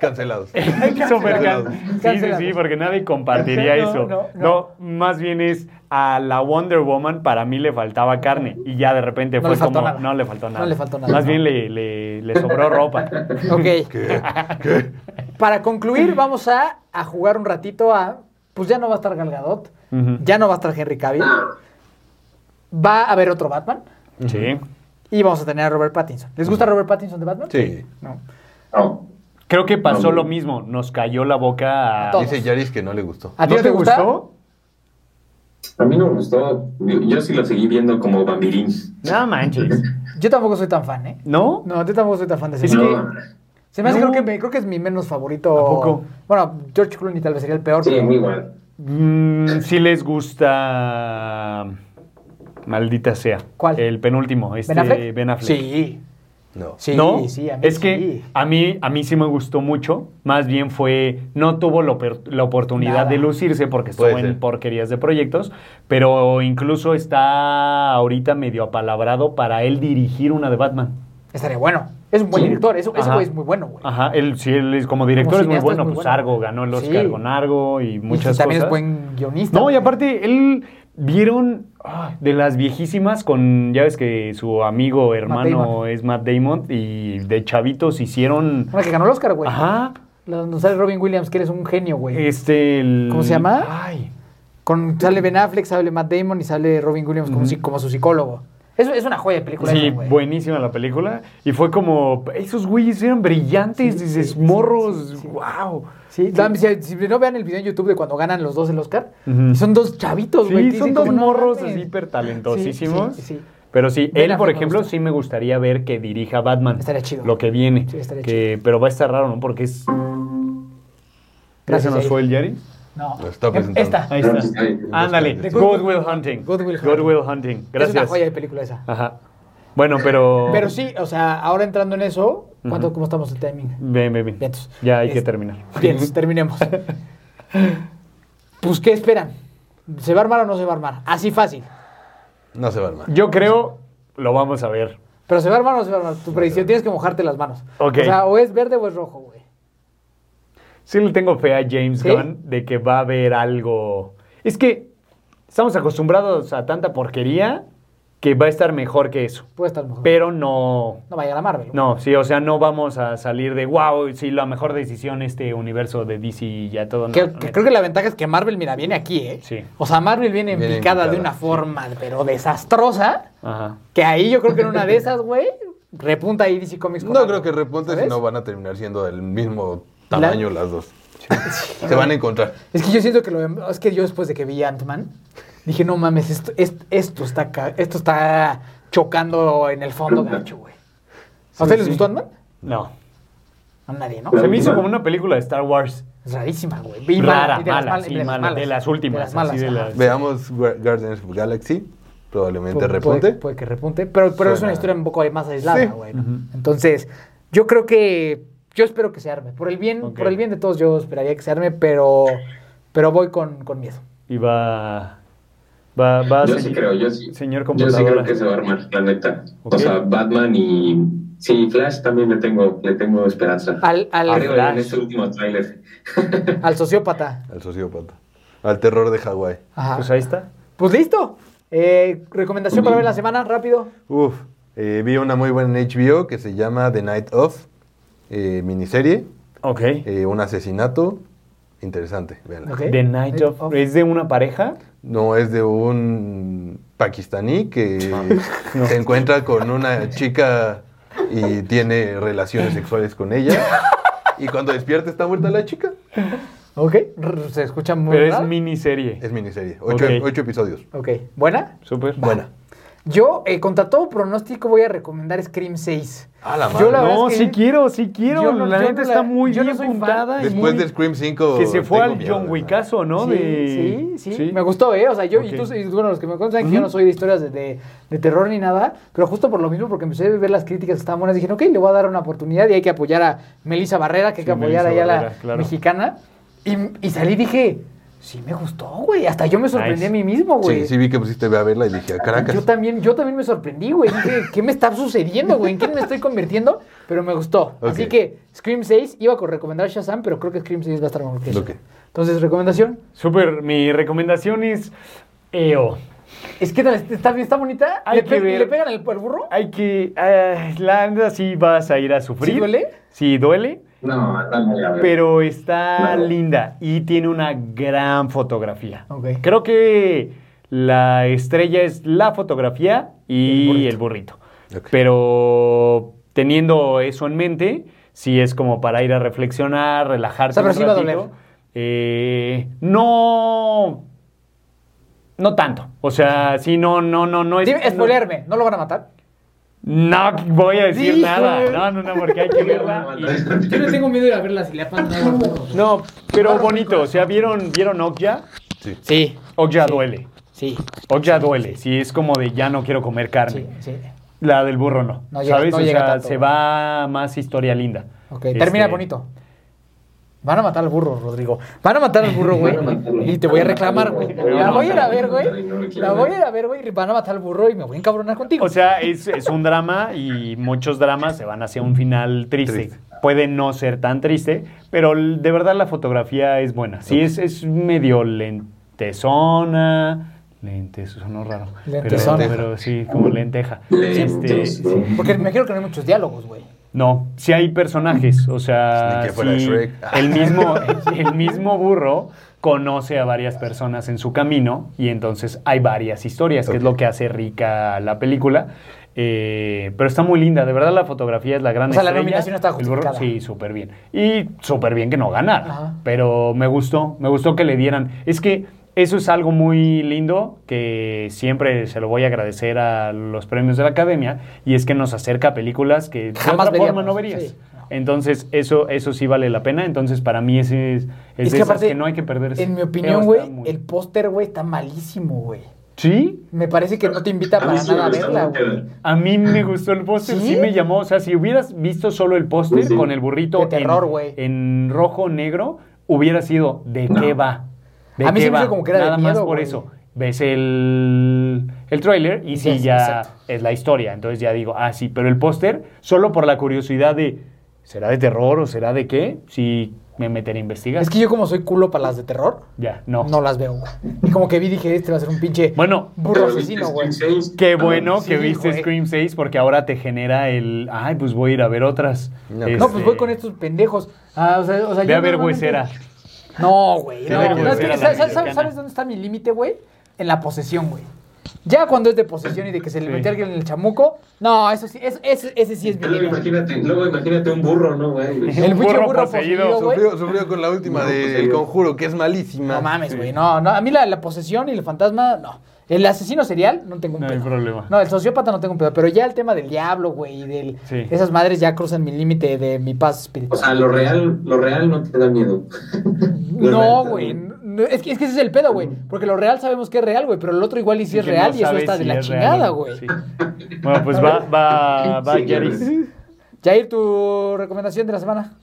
Cancelados.
Súper
Cancelados.
can- Sí, sí, sí,
Cancelados.
porque nadie compartiría
Este, No,
eso.
no,
No,
no.
más bien es a la Wonder Woman para mí le faltaba carne y ya de repente
No le
fue
faltó
como
nada.
no le faltó nada.
No le faltó nada,
Más
no.
bien le, le- le sobró
(laughs)
ropa.
ok.
¿Qué? ¿Qué?
Para concluir, vamos a, a jugar un ratito a. Pues ya no va a estar Gal Gadot,
Ujú.
ya no va a estar Henry Cavill, va a haber otro Batman
Sí.
y vamos a tener a Robert Pattinson. ¿Les gusta Robert Pattinson de Batman?
Sí.
No.
No.
Creo que pasó
No.
lo mismo. Nos cayó la boca a...
todos.
Dice Yaris que no le gustó.
¿A ti
¿No
no te gusta?
A mí no me gustó. Yo, yo sí la seguí viendo como Bambirín.
No manches.
Yo tampoco soy tan fan, ¿eh?
¿No?
No, yo tampoco soy tan fan de ese
Es
güey.
No,
Se me hace,
No.
creo, que, me- creo que es mi menos favorito.
¿A poco?
Bueno, George Clooney tal vez sería el peor.
sí,
pero-
muy igual.
Mm, sí les gusta... Maldita sea.
¿Cuál?
El penúltimo. Este,
¿Ben Affleck?
Ben Affleck.
Sí.
No.
Sí,
¿No?
sí, a mí
es que
sí.
a mí a mí sí me gustó mucho. Más bien fue no tuvo la oper- la oportunidad
Nada.
de lucirse porque estuvo
Puede
en
ser.
porquerías de proyectos, pero incluso está ahorita medio apalabrado para él dirigir una de Batman.
Estaría bueno. Es un buen
Sí.
director. es- ese
Ajá.
güey es muy bueno, güey.
Ajá, él sí él es como director
Como
es muy
cineasta es
bueno,
muy
pues
bueno.
Argo ganó el Oscar
Sí.
con Argo y
Y pues
muchas
también
cosas.
es buen guionista.
No, y
güey.
aparte, él vieron ah, de las viejísimas con, ya ves que su amigo, hermano
Damon.
es Matt Damon, y de chavitos hicieron...
Una que ganó el Oscar, güey.
Ajá,
La donde sale Robin Williams, que eres un genio, güey.
este... el-
¿Cómo se llama?
Ay,
Con, sale Ben Affleck, sale Matt Damon y sale Robin Williams como,
Ujú.
si- como su psicólogo. Es, es una joya de película.
sí,
esa, güey.
buenísima la película. Y fue como, esos güeyes eran brillantes,
Sí,
dices,
sí,
morros,
sí, sí, sí.
wow.
Sí, también, Si, si no vean el video en YouTube de cuando ganan los dos el Oscar,
Ujú.
son dos chavitos,
Sí,
güey. que
son
dicen
dos
como, no
morros
mames.
así hiper talentosísimos.
Sí, sí, sí.
Pero sí,
Ben
él, por
Affleck me
ejemplo,
gusta.
sí me gustaría ver que dirija Batman.
Estaría chido.
Lo que viene.
Sí, estaría
que, Pero va a estar raro, ¿no? Porque es... ¿Ya se
Gracias,
nos
Eric.
fue el Yari?
No. Em,
Lo está presentando.
Esta.
Ahí
está.
está.
Ahí.
Ándale.
De
Good-
Good Will Hunting.
Good Will
Good
Hunting.
Will Hunting. Gracias.
Es una joya de película esa.
Ajá. Bueno, pero...
Pero sí, o sea, ahora entrando en eso, ¿cuánto, ¿cómo estamos de timing?
Ven, ven, ven.
Vientos.
Ya hay que
Es-
terminar.
Bien, pues, terminemos. Pues, ¿qué esperan? ¿Se va a armar o no se va a armar? Así fácil.
No se va a armar.
Yo creo, lo vamos a ver.
Pero ¿se va a armar o no se va a armar? Tu predicción, tienes que mojarte las manos.
Ok.
O sea, o es verde o es rojo, güey.
Sí le tengo fe a James
¿Sí?
Gunn de que va a haber algo. Es que estamos acostumbrados a tanta porquería que va a estar mejor que eso.
Puede estar mejor.
Pero no.
no vaya a la Marvel. güey.
No, sí, o sea, no vamos a salir de wow, sí, la mejor decisión este universo de DC y ya todo. no,
Que-
no,
que
no".
creo que la ventaja es que Marvel, mira, viene aquí, ¿eh?
Sí.
O sea, Marvel viene en
Viene en
picada de
picada,
una
sí.
forma, pero desastrosa,
Ajá.
que ahí yo creo que en una de esas, güey, repunta ahí DC Comics. con
No
algo,
creo que repunte,
¿sabes?
si no van a terminar siendo del mismo tamaño las dos. Se van a encontrar.
Es que yo siento que lo de- es que yo después de que vi Ant-Man dije, "No mames, esto est- esto está ca- esto está chocando en el fondo gacho, güey." ¿A ustedes les
sí.
gustó Ant-Man?
No.
A nadie, ¿no?
Se me hizo como una película de Star Wars.
Es rarísima, güey. Y
Rara,
y de las
mala, sí,
y de las
mala, de las últimas,
De las malas.
así de
ajá.
las-
Veamos Gu- Guardians of the Galaxy. Probablemente
Pu-
repunte.
Puede, puede que repunte, pero, pero es una
Suena-
historia un poco más aislada,
Sí.
güey. ¿no? Entonces, yo creo que yo espero que se arme. Por el bien,
Ok.
por el bien de todos, yo esperaría que se arme, pero pero voy con, con miedo.
Y va. Va, va a
Yo sí
seguir-
creo, yo sí.
Ah, Señor
Yo sí
computadora.
creo que se va a armar, la neta.
Ok.
O sea, Batman y. Sí, Flash también le tengo, le tengo esperanza.
Al, al,
Creo en
Flash.
este último tráiler.
al sociópata.
Al sociópata. Al terror de Hawái.
Ajá.
Pues ahí está.
Pues listo. Eh, recomendación para ver la semana, rápido.
Uf, eh, vi una muy buena en HBO que se llama The Night Of, eh, miniserie,
Ok.
eh, un asesinato, interesante, véanla.
Ok.
The Night of-
Of-
¿Es de una pareja?
No, es de un pakistaní que (laughs) se encuentra con una chica y tiene relaciones sexuales con ella. Y cuando despierta está muerta la chica.
Ok. R- Se escucha muy
Pero es
raro.
miniserie.
Es miniserie, ocho,
Ok.
ocho episodios.
Ok. ¿Buena?
Súper.
Buena.
Yo, eh, contra todo pronóstico, voy a recomendar Scream 6.
A la
Yo
madre.
la verdad
No,
es que
sí quiero, sí quiero.
yo no-
la
yo
neta
no la-
está muy
yo no
bien
soy fan.
puntada. y
Después
muy-
de Scream 5.
Que se fue
tengo
al
miedo,
John
¿no?
Wickazo, ¿no?
Sí,
de...
sí, sí, Me gustó, ¿eh? O sea, yo, y
Ok.
tú, y bueno, los que me conocen saben que yo no soy de historias de, de- de terror ni nada, pero justo por lo mismo, porque empecé a ver las críticas que estaban buenas, dije, ok, le voy a dar una oportunidad y hay que apoyar a Melissa Barrera, que hay que
Sí,
apoyar
Melissa
ahí a la
Barrera, claro.
mexicana. Y, y salí y dije, sí me gustó, güey. Hasta yo me sorprendí
Nice.
a mí mismo, güey.
Sí, sí vi que pusiste ve a verla y dije, "Ah, caracas.
Yo también, yo también me sorprendí, güey. Dije, ¿qué me está sucediendo, güey? ¿En quién me estoy convirtiendo? Pero me gustó.
Ok.
Así que Scream 6 iba a recomendar Shazam, pero creo que Scream 6 va a estar mejor que eso.
Ok.
Entonces, recomendación.
Súper. Mi recomendación es eh, oh, EO.
Es que tal, está, bien, está bonita.
Hay
¿Le,
que
pe-
ver.
le pegan al, al burro?
Hay que... eh, la neta sí vas a ir a sufrir.
¿Sí duele?
Sí, duele.
No, no voy a ver.
Pero está
Claro.
linda y tiene una gran fotografía.
Ok.
Creo que la estrella es la fotografía y el burrito.
Ok.
Pero teniendo eso en mente, sí es como para ir a reflexionar, relajarse
O sea, pero
un
sí va a
ratito.
doler.
Eh, no... No tanto. O sea, sí, no, no, no, no es...
Dime,
no-
spoilearme, ¿no lo van a matar?
no voy a decir
Híjole.
nada. No, no, no, porque hay que
(laughs)
verla. y-
Yo le tengo miedo de ir a verla si le apantan.
No, pero bonito. O sea, ¿vieron, ¿vieron Okja?
Sí,
Okja duele.
sí,
Okja duele. Sí, es como de ya no quiero comer carne.
sí, sí.
La del burro no.
No llega-
¿Sabes?
no
o
llega
sea,
tanto.
se va más historia linda.
Ok,
Este,
termina bonito. Van a matar al burro, Rodrigo. Van a matar al burro, güey.
Van a matarlo.
Y te voy a reclamar, güey.
Van a
La voy a ir a
matarlo.
ver, güey.
No lo quiero
La
ver.
voy a ir a ver, güey. y Van a matar al burro y me voy a encabronar contigo.
O sea, es, es un drama y muchos dramas se van hacia un final triste.
Triste.
Puede no ser tan triste, pero l- de verdad la fotografía es buena. Sí, es, es medio lentezona. Lente, eso sonó raro. Pero-
Lentezona.
Pero, sí, como lenteja. Este,
Lentos,
sí.
¿no?
porque me imagino que no hay muchos diálogos, güey.
No, sí hay personajes, o sea,
Ni que fuera
sí,
Shrek.
el
(laughs)
mismo el mismo burro conoce a varias personas en su camino y entonces hay varias historias, que es lo que hace rica la película. Eh, pero está muy linda, de verdad la fotografía es la gran
O sea, la
estrella.
nominación está
El burro-
justificada.
Sí, súper bien. Y súper bien que no ganara,
Ajá.
pero me gustó, me gustó que le dieran. Es que eso es algo muy lindo que siempre se lo voy a agradecer a los premios de la Academia y es que nos acerca a películas que de
Jamás
otra forma
veríamos,
no verías.
sí, no.
Entonces, eso, eso sí vale la pena. Entonces, para mí ese es, es,
Es
de
que
esas
aparte,
que no hay que perderse.
En mi
Pero
opinión,
está
güey,
muy-
el póster, güey, está malísimo, güey.
¿Sí?
Me parece que no te invita
A mí
para
sí me
nada a
gusta
verla,
mucho.
güey.
A mí me gustó el póster, ¿Sí?
Ah. ¿Sí?
me llamó. O sea, si hubieras visto solo el póster
Sí, sí.
con el burrito
De terror,
en-
güey.
en, rojo negro, hubiera sido ¿de
No.
qué va? ¿De
A mí
qué
se me
va?
hizo como que era de
Nada más
miedo,
por
güey.
eso. Ves el, el tráiler y sí,
Ves,
ya
exacto.
es la historia. Entonces ya digo, ah, sí, pero el póster, solo por la curiosidad de, ¿será de terror o será de qué? Sí, me meteré a investigar.
Es que yo como soy culo para las de terror,
Ya, no.
no las veo, güey. Y como que vi, dije, este va a ser un pinche
Bueno,
burro
Pero
asesino, güey.
viste Scream 6.
Qué
Ah,
bueno que
sí,
viste
güey.
Scream 6 porque ahora te genera el, ay, pues voy a ir a ver otras.
No,
No,
Este,
pues voy con estos pendejos. Ah, o sea, o sea,
Ve
yo
a ver
normalmente-
huesera.
No, güey.
Ve
No,
a ver
No, es que,
huesera la
¿sabes,
mexicana.
sabes- sabes dónde está mi límite, güey? En la posesión, güey. Ya cuando es de posesión y de que se le
Sí.
mete alguien en el chamuco, no, eso sí, es- ese, ese sí es mi
ah, Luego
límite.
imagínate, luego imagínate un burro, ¿no, güey?
El
Un
pinche
burro
burro
poseído,
poseído, güey.
Sufrió, sufrió con la última
No,
del
pues, sí.
conjuro, que es malísima.
No mames, güey. No, no, a mí la, la posesión y el fantasma, no. El asesino serial, no tengo un
No hay
pedo.
problema.
No, el sociópata no tengo un pedo. Pero ya el tema del diablo, güey, y del.
Sí.
Esas madres ya cruzan mi límite de mi paz
O
espiritual.
sea, lo real, lo real no te da miedo. Lo
No,
real
güey.
te da miedo.
no, es, que, es que ese es el pedo, güey. Porque lo real sabemos que es real, güey. Pero el otro igual y si
Sí
es
Mm. que
real
no
y eso
sabes
está de
si
la
es real
chingada,
o-
güey.
sí. Bueno, pues va, va, va,
Sí,
Jerry.
claro.
Jair, tu recomendación de la semana.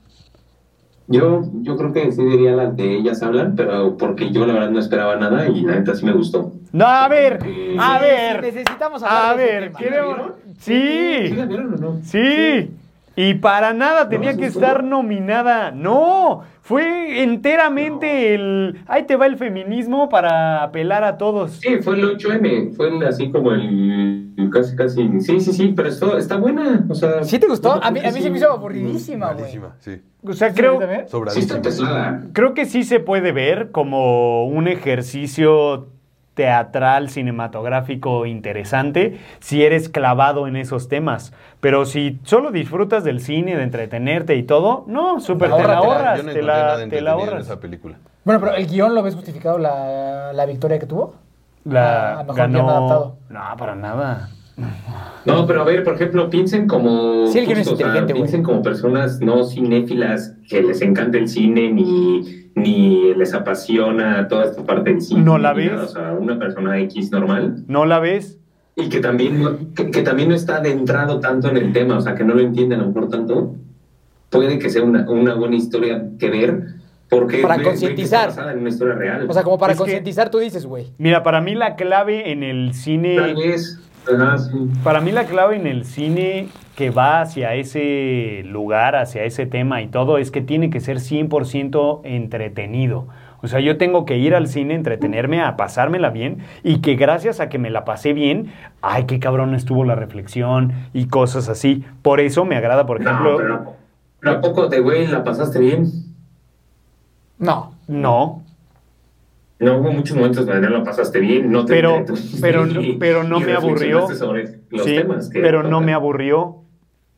Yo, yo creo que sí diría las de ellas hablan, pero porque yo la verdad no esperaba nada y la neta sí me gustó.
No, a ver, a
Sí,
ver.
sí, necesitamos hablar
A
de ese
ver,
tema.
queremos.
¿Sí
Sí,
la vieron o no?
sí. Y para nada tenía
sí,
que
sí.
estar nominada. No, fue enteramente el. Ahí te va el feminismo para apelar a todos.
Sí, fue el 8M, fue el- así como el el casi casi. Sí, sí, sí, pero esto está buena. O sea,
¿Sí te gustó? A mí, a mí
sí.
se me hizo aburridísima, güey.
malísima, sí.
O sea, creo.
Sí pues, está
Sobradísima.
pesada.
Creo que sí se puede ver como un ejercicio teatral, cinematográfico interesante, si eres clavado en esos temas. Pero si solo disfrutas del cine, de entretenerte y todo, no, súper te la
Ahórratela,
ahorras,
yo no
te
encontré
la,
nada
te la
entretenido en
ahorras.
esa película.
Bueno, pero el guión lo ves justificado la, la victoria que tuvo.
La
Ah, mejor guión
ganó...
adaptado.
No, para nada.
No, pero a ver, por ejemplo, piensen como.
Sí, el guion es
o sea,
inteligente, güey.
Piensen como personas no cinéfilas que les encanta el cine ni, ni les apasiona toda esta parte del cine.
¿No la
ni nada,
ves?
O sea, una persona X normal
¿No la ves?
y que también, no- que, que también no está adentrado tanto en el tema, o sea, que no lo entiende a lo mejor tanto. Puede que sea una, una buena historia que ver porque.
Para
ve- ve que está
concientizar.
basada en una historia real.
O sea, como para
Es que-
concientizar, tú dices, güey.
Mira, para mí la clave en el
Tal
cine...
vez. Ajá, sí.
Para mí la clave en el cine que va hacia ese lugar, hacia ese tema y todo, es que tiene que ser 100% entretenido. O sea, yo tengo que ir al cine, entretenerme, a pasármela bien y que gracias a que me la pasé bien, ay, qué cabrón estuvo la reflexión y cosas así. Por eso me agrada, por
No,
ejemplo...
pero, pero ¿a poco de güey la pasaste bien?
No.
No,
No hubo muchos momentos donde no la pasaste bien, no te
Pero- (laughs)
entretuviste
pero
y-
no- pero no
y
me aburrió.
reflexionaste sobre los
sí,
temas que
pero no
tocan.
me aburrió.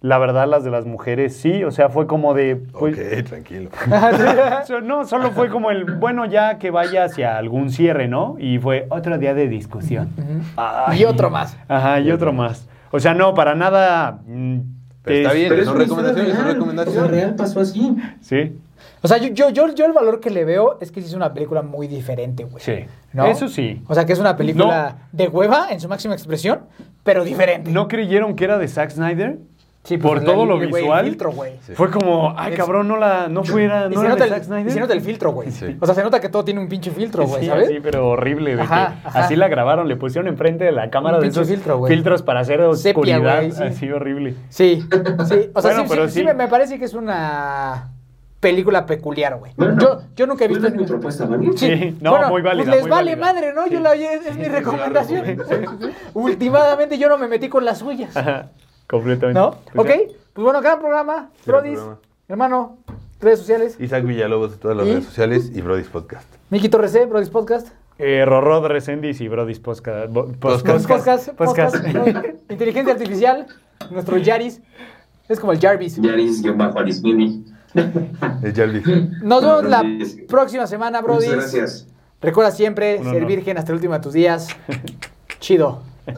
La verdad, las de las mujeres sí, o sea, fue como de. pues,
ok, tranquilo. (laughs)
(laughs) So- No, solo fue como el, bueno, ya que vaya hacia algún cierre, ¿no? Y fue otro día de discusión. Ay.
Y otro más.
Ajá, y otro más. O sea, no, para nada. mm,
Pero está
es-
bien.
Pero
son
es una historia
recomendaciones, son
real,
recomendaciones.
una real pasó así.
Sí,
O sea, yo, yo, yo, yo el valor que le veo es que sí es una película muy diferente, güey.
sí.
¿No?
Eso sí.
O sea, que es una película de hueva en su máxima expresión, pero diferente.
¿No creyeron que era de Zack Snyder?
Sí,
por
pues,
todo
el-
lo
el- güey, el
visual.
filtro, güey.
Sí.
Fue como, ay,
Es-
cabrón, no la, no fuera,
Y
no
se
era de
nota
Zack
el-
Snyder.
y se nota el filtro, güey.
Sí.
O sea, se nota que todo tiene un pinche filtro, güey,
Sí,
¿sabes?
así, pero horrible. De
Ajá,
que
ajá.
Así la grabaron, le pusieron enfrente de la cámara
Un
de
pinche
esos
filtro, güey.
filtros para hacer
Sepia,
oscuridad.
güey, sí.
Así horrible. (laughs)
Sí, sí. O sea,
Bueno,
sí,
pero
sí- sí
sí.
me, me parece que es una película peculiar, güey.
Bueno,
yo, yo nunca he
¿Cuál
visto...
es mi propuesta, Dani?
Sí, no, muy válida,
Pues les
muy
vale
válida.
madre, ¿no? Yo
Sí.
la, es, es mi recomendación. Últimamente yo no me metí con las suyas,
Ajá, completamente.
¿no?
Pues
ok,
ya.
pues bueno, gran programa. Brodis,
programa.
hermano, redes sociales.
Isaac Villalobos en todas las
¿Y?
redes sociales y Brody's Podcast.
Miki Torres C, Brodis Podcast.
Eh, Rorrod Resendiz y Brodis Podcast. bo- pos-
Podcast. Podcast.
podcast. (laughs)
¿no? Inteligencia artificial. Nuestro Yaris. Es como el Jarvis.
Yaris-Arismini.
Es Jalvis.
Nos vemos la
Brody.
próxima semana, Brody.
Muchas gracias.
Recuerda siempre
Un honor. (laughs)
ser virgen hasta el último de tus días. Chido.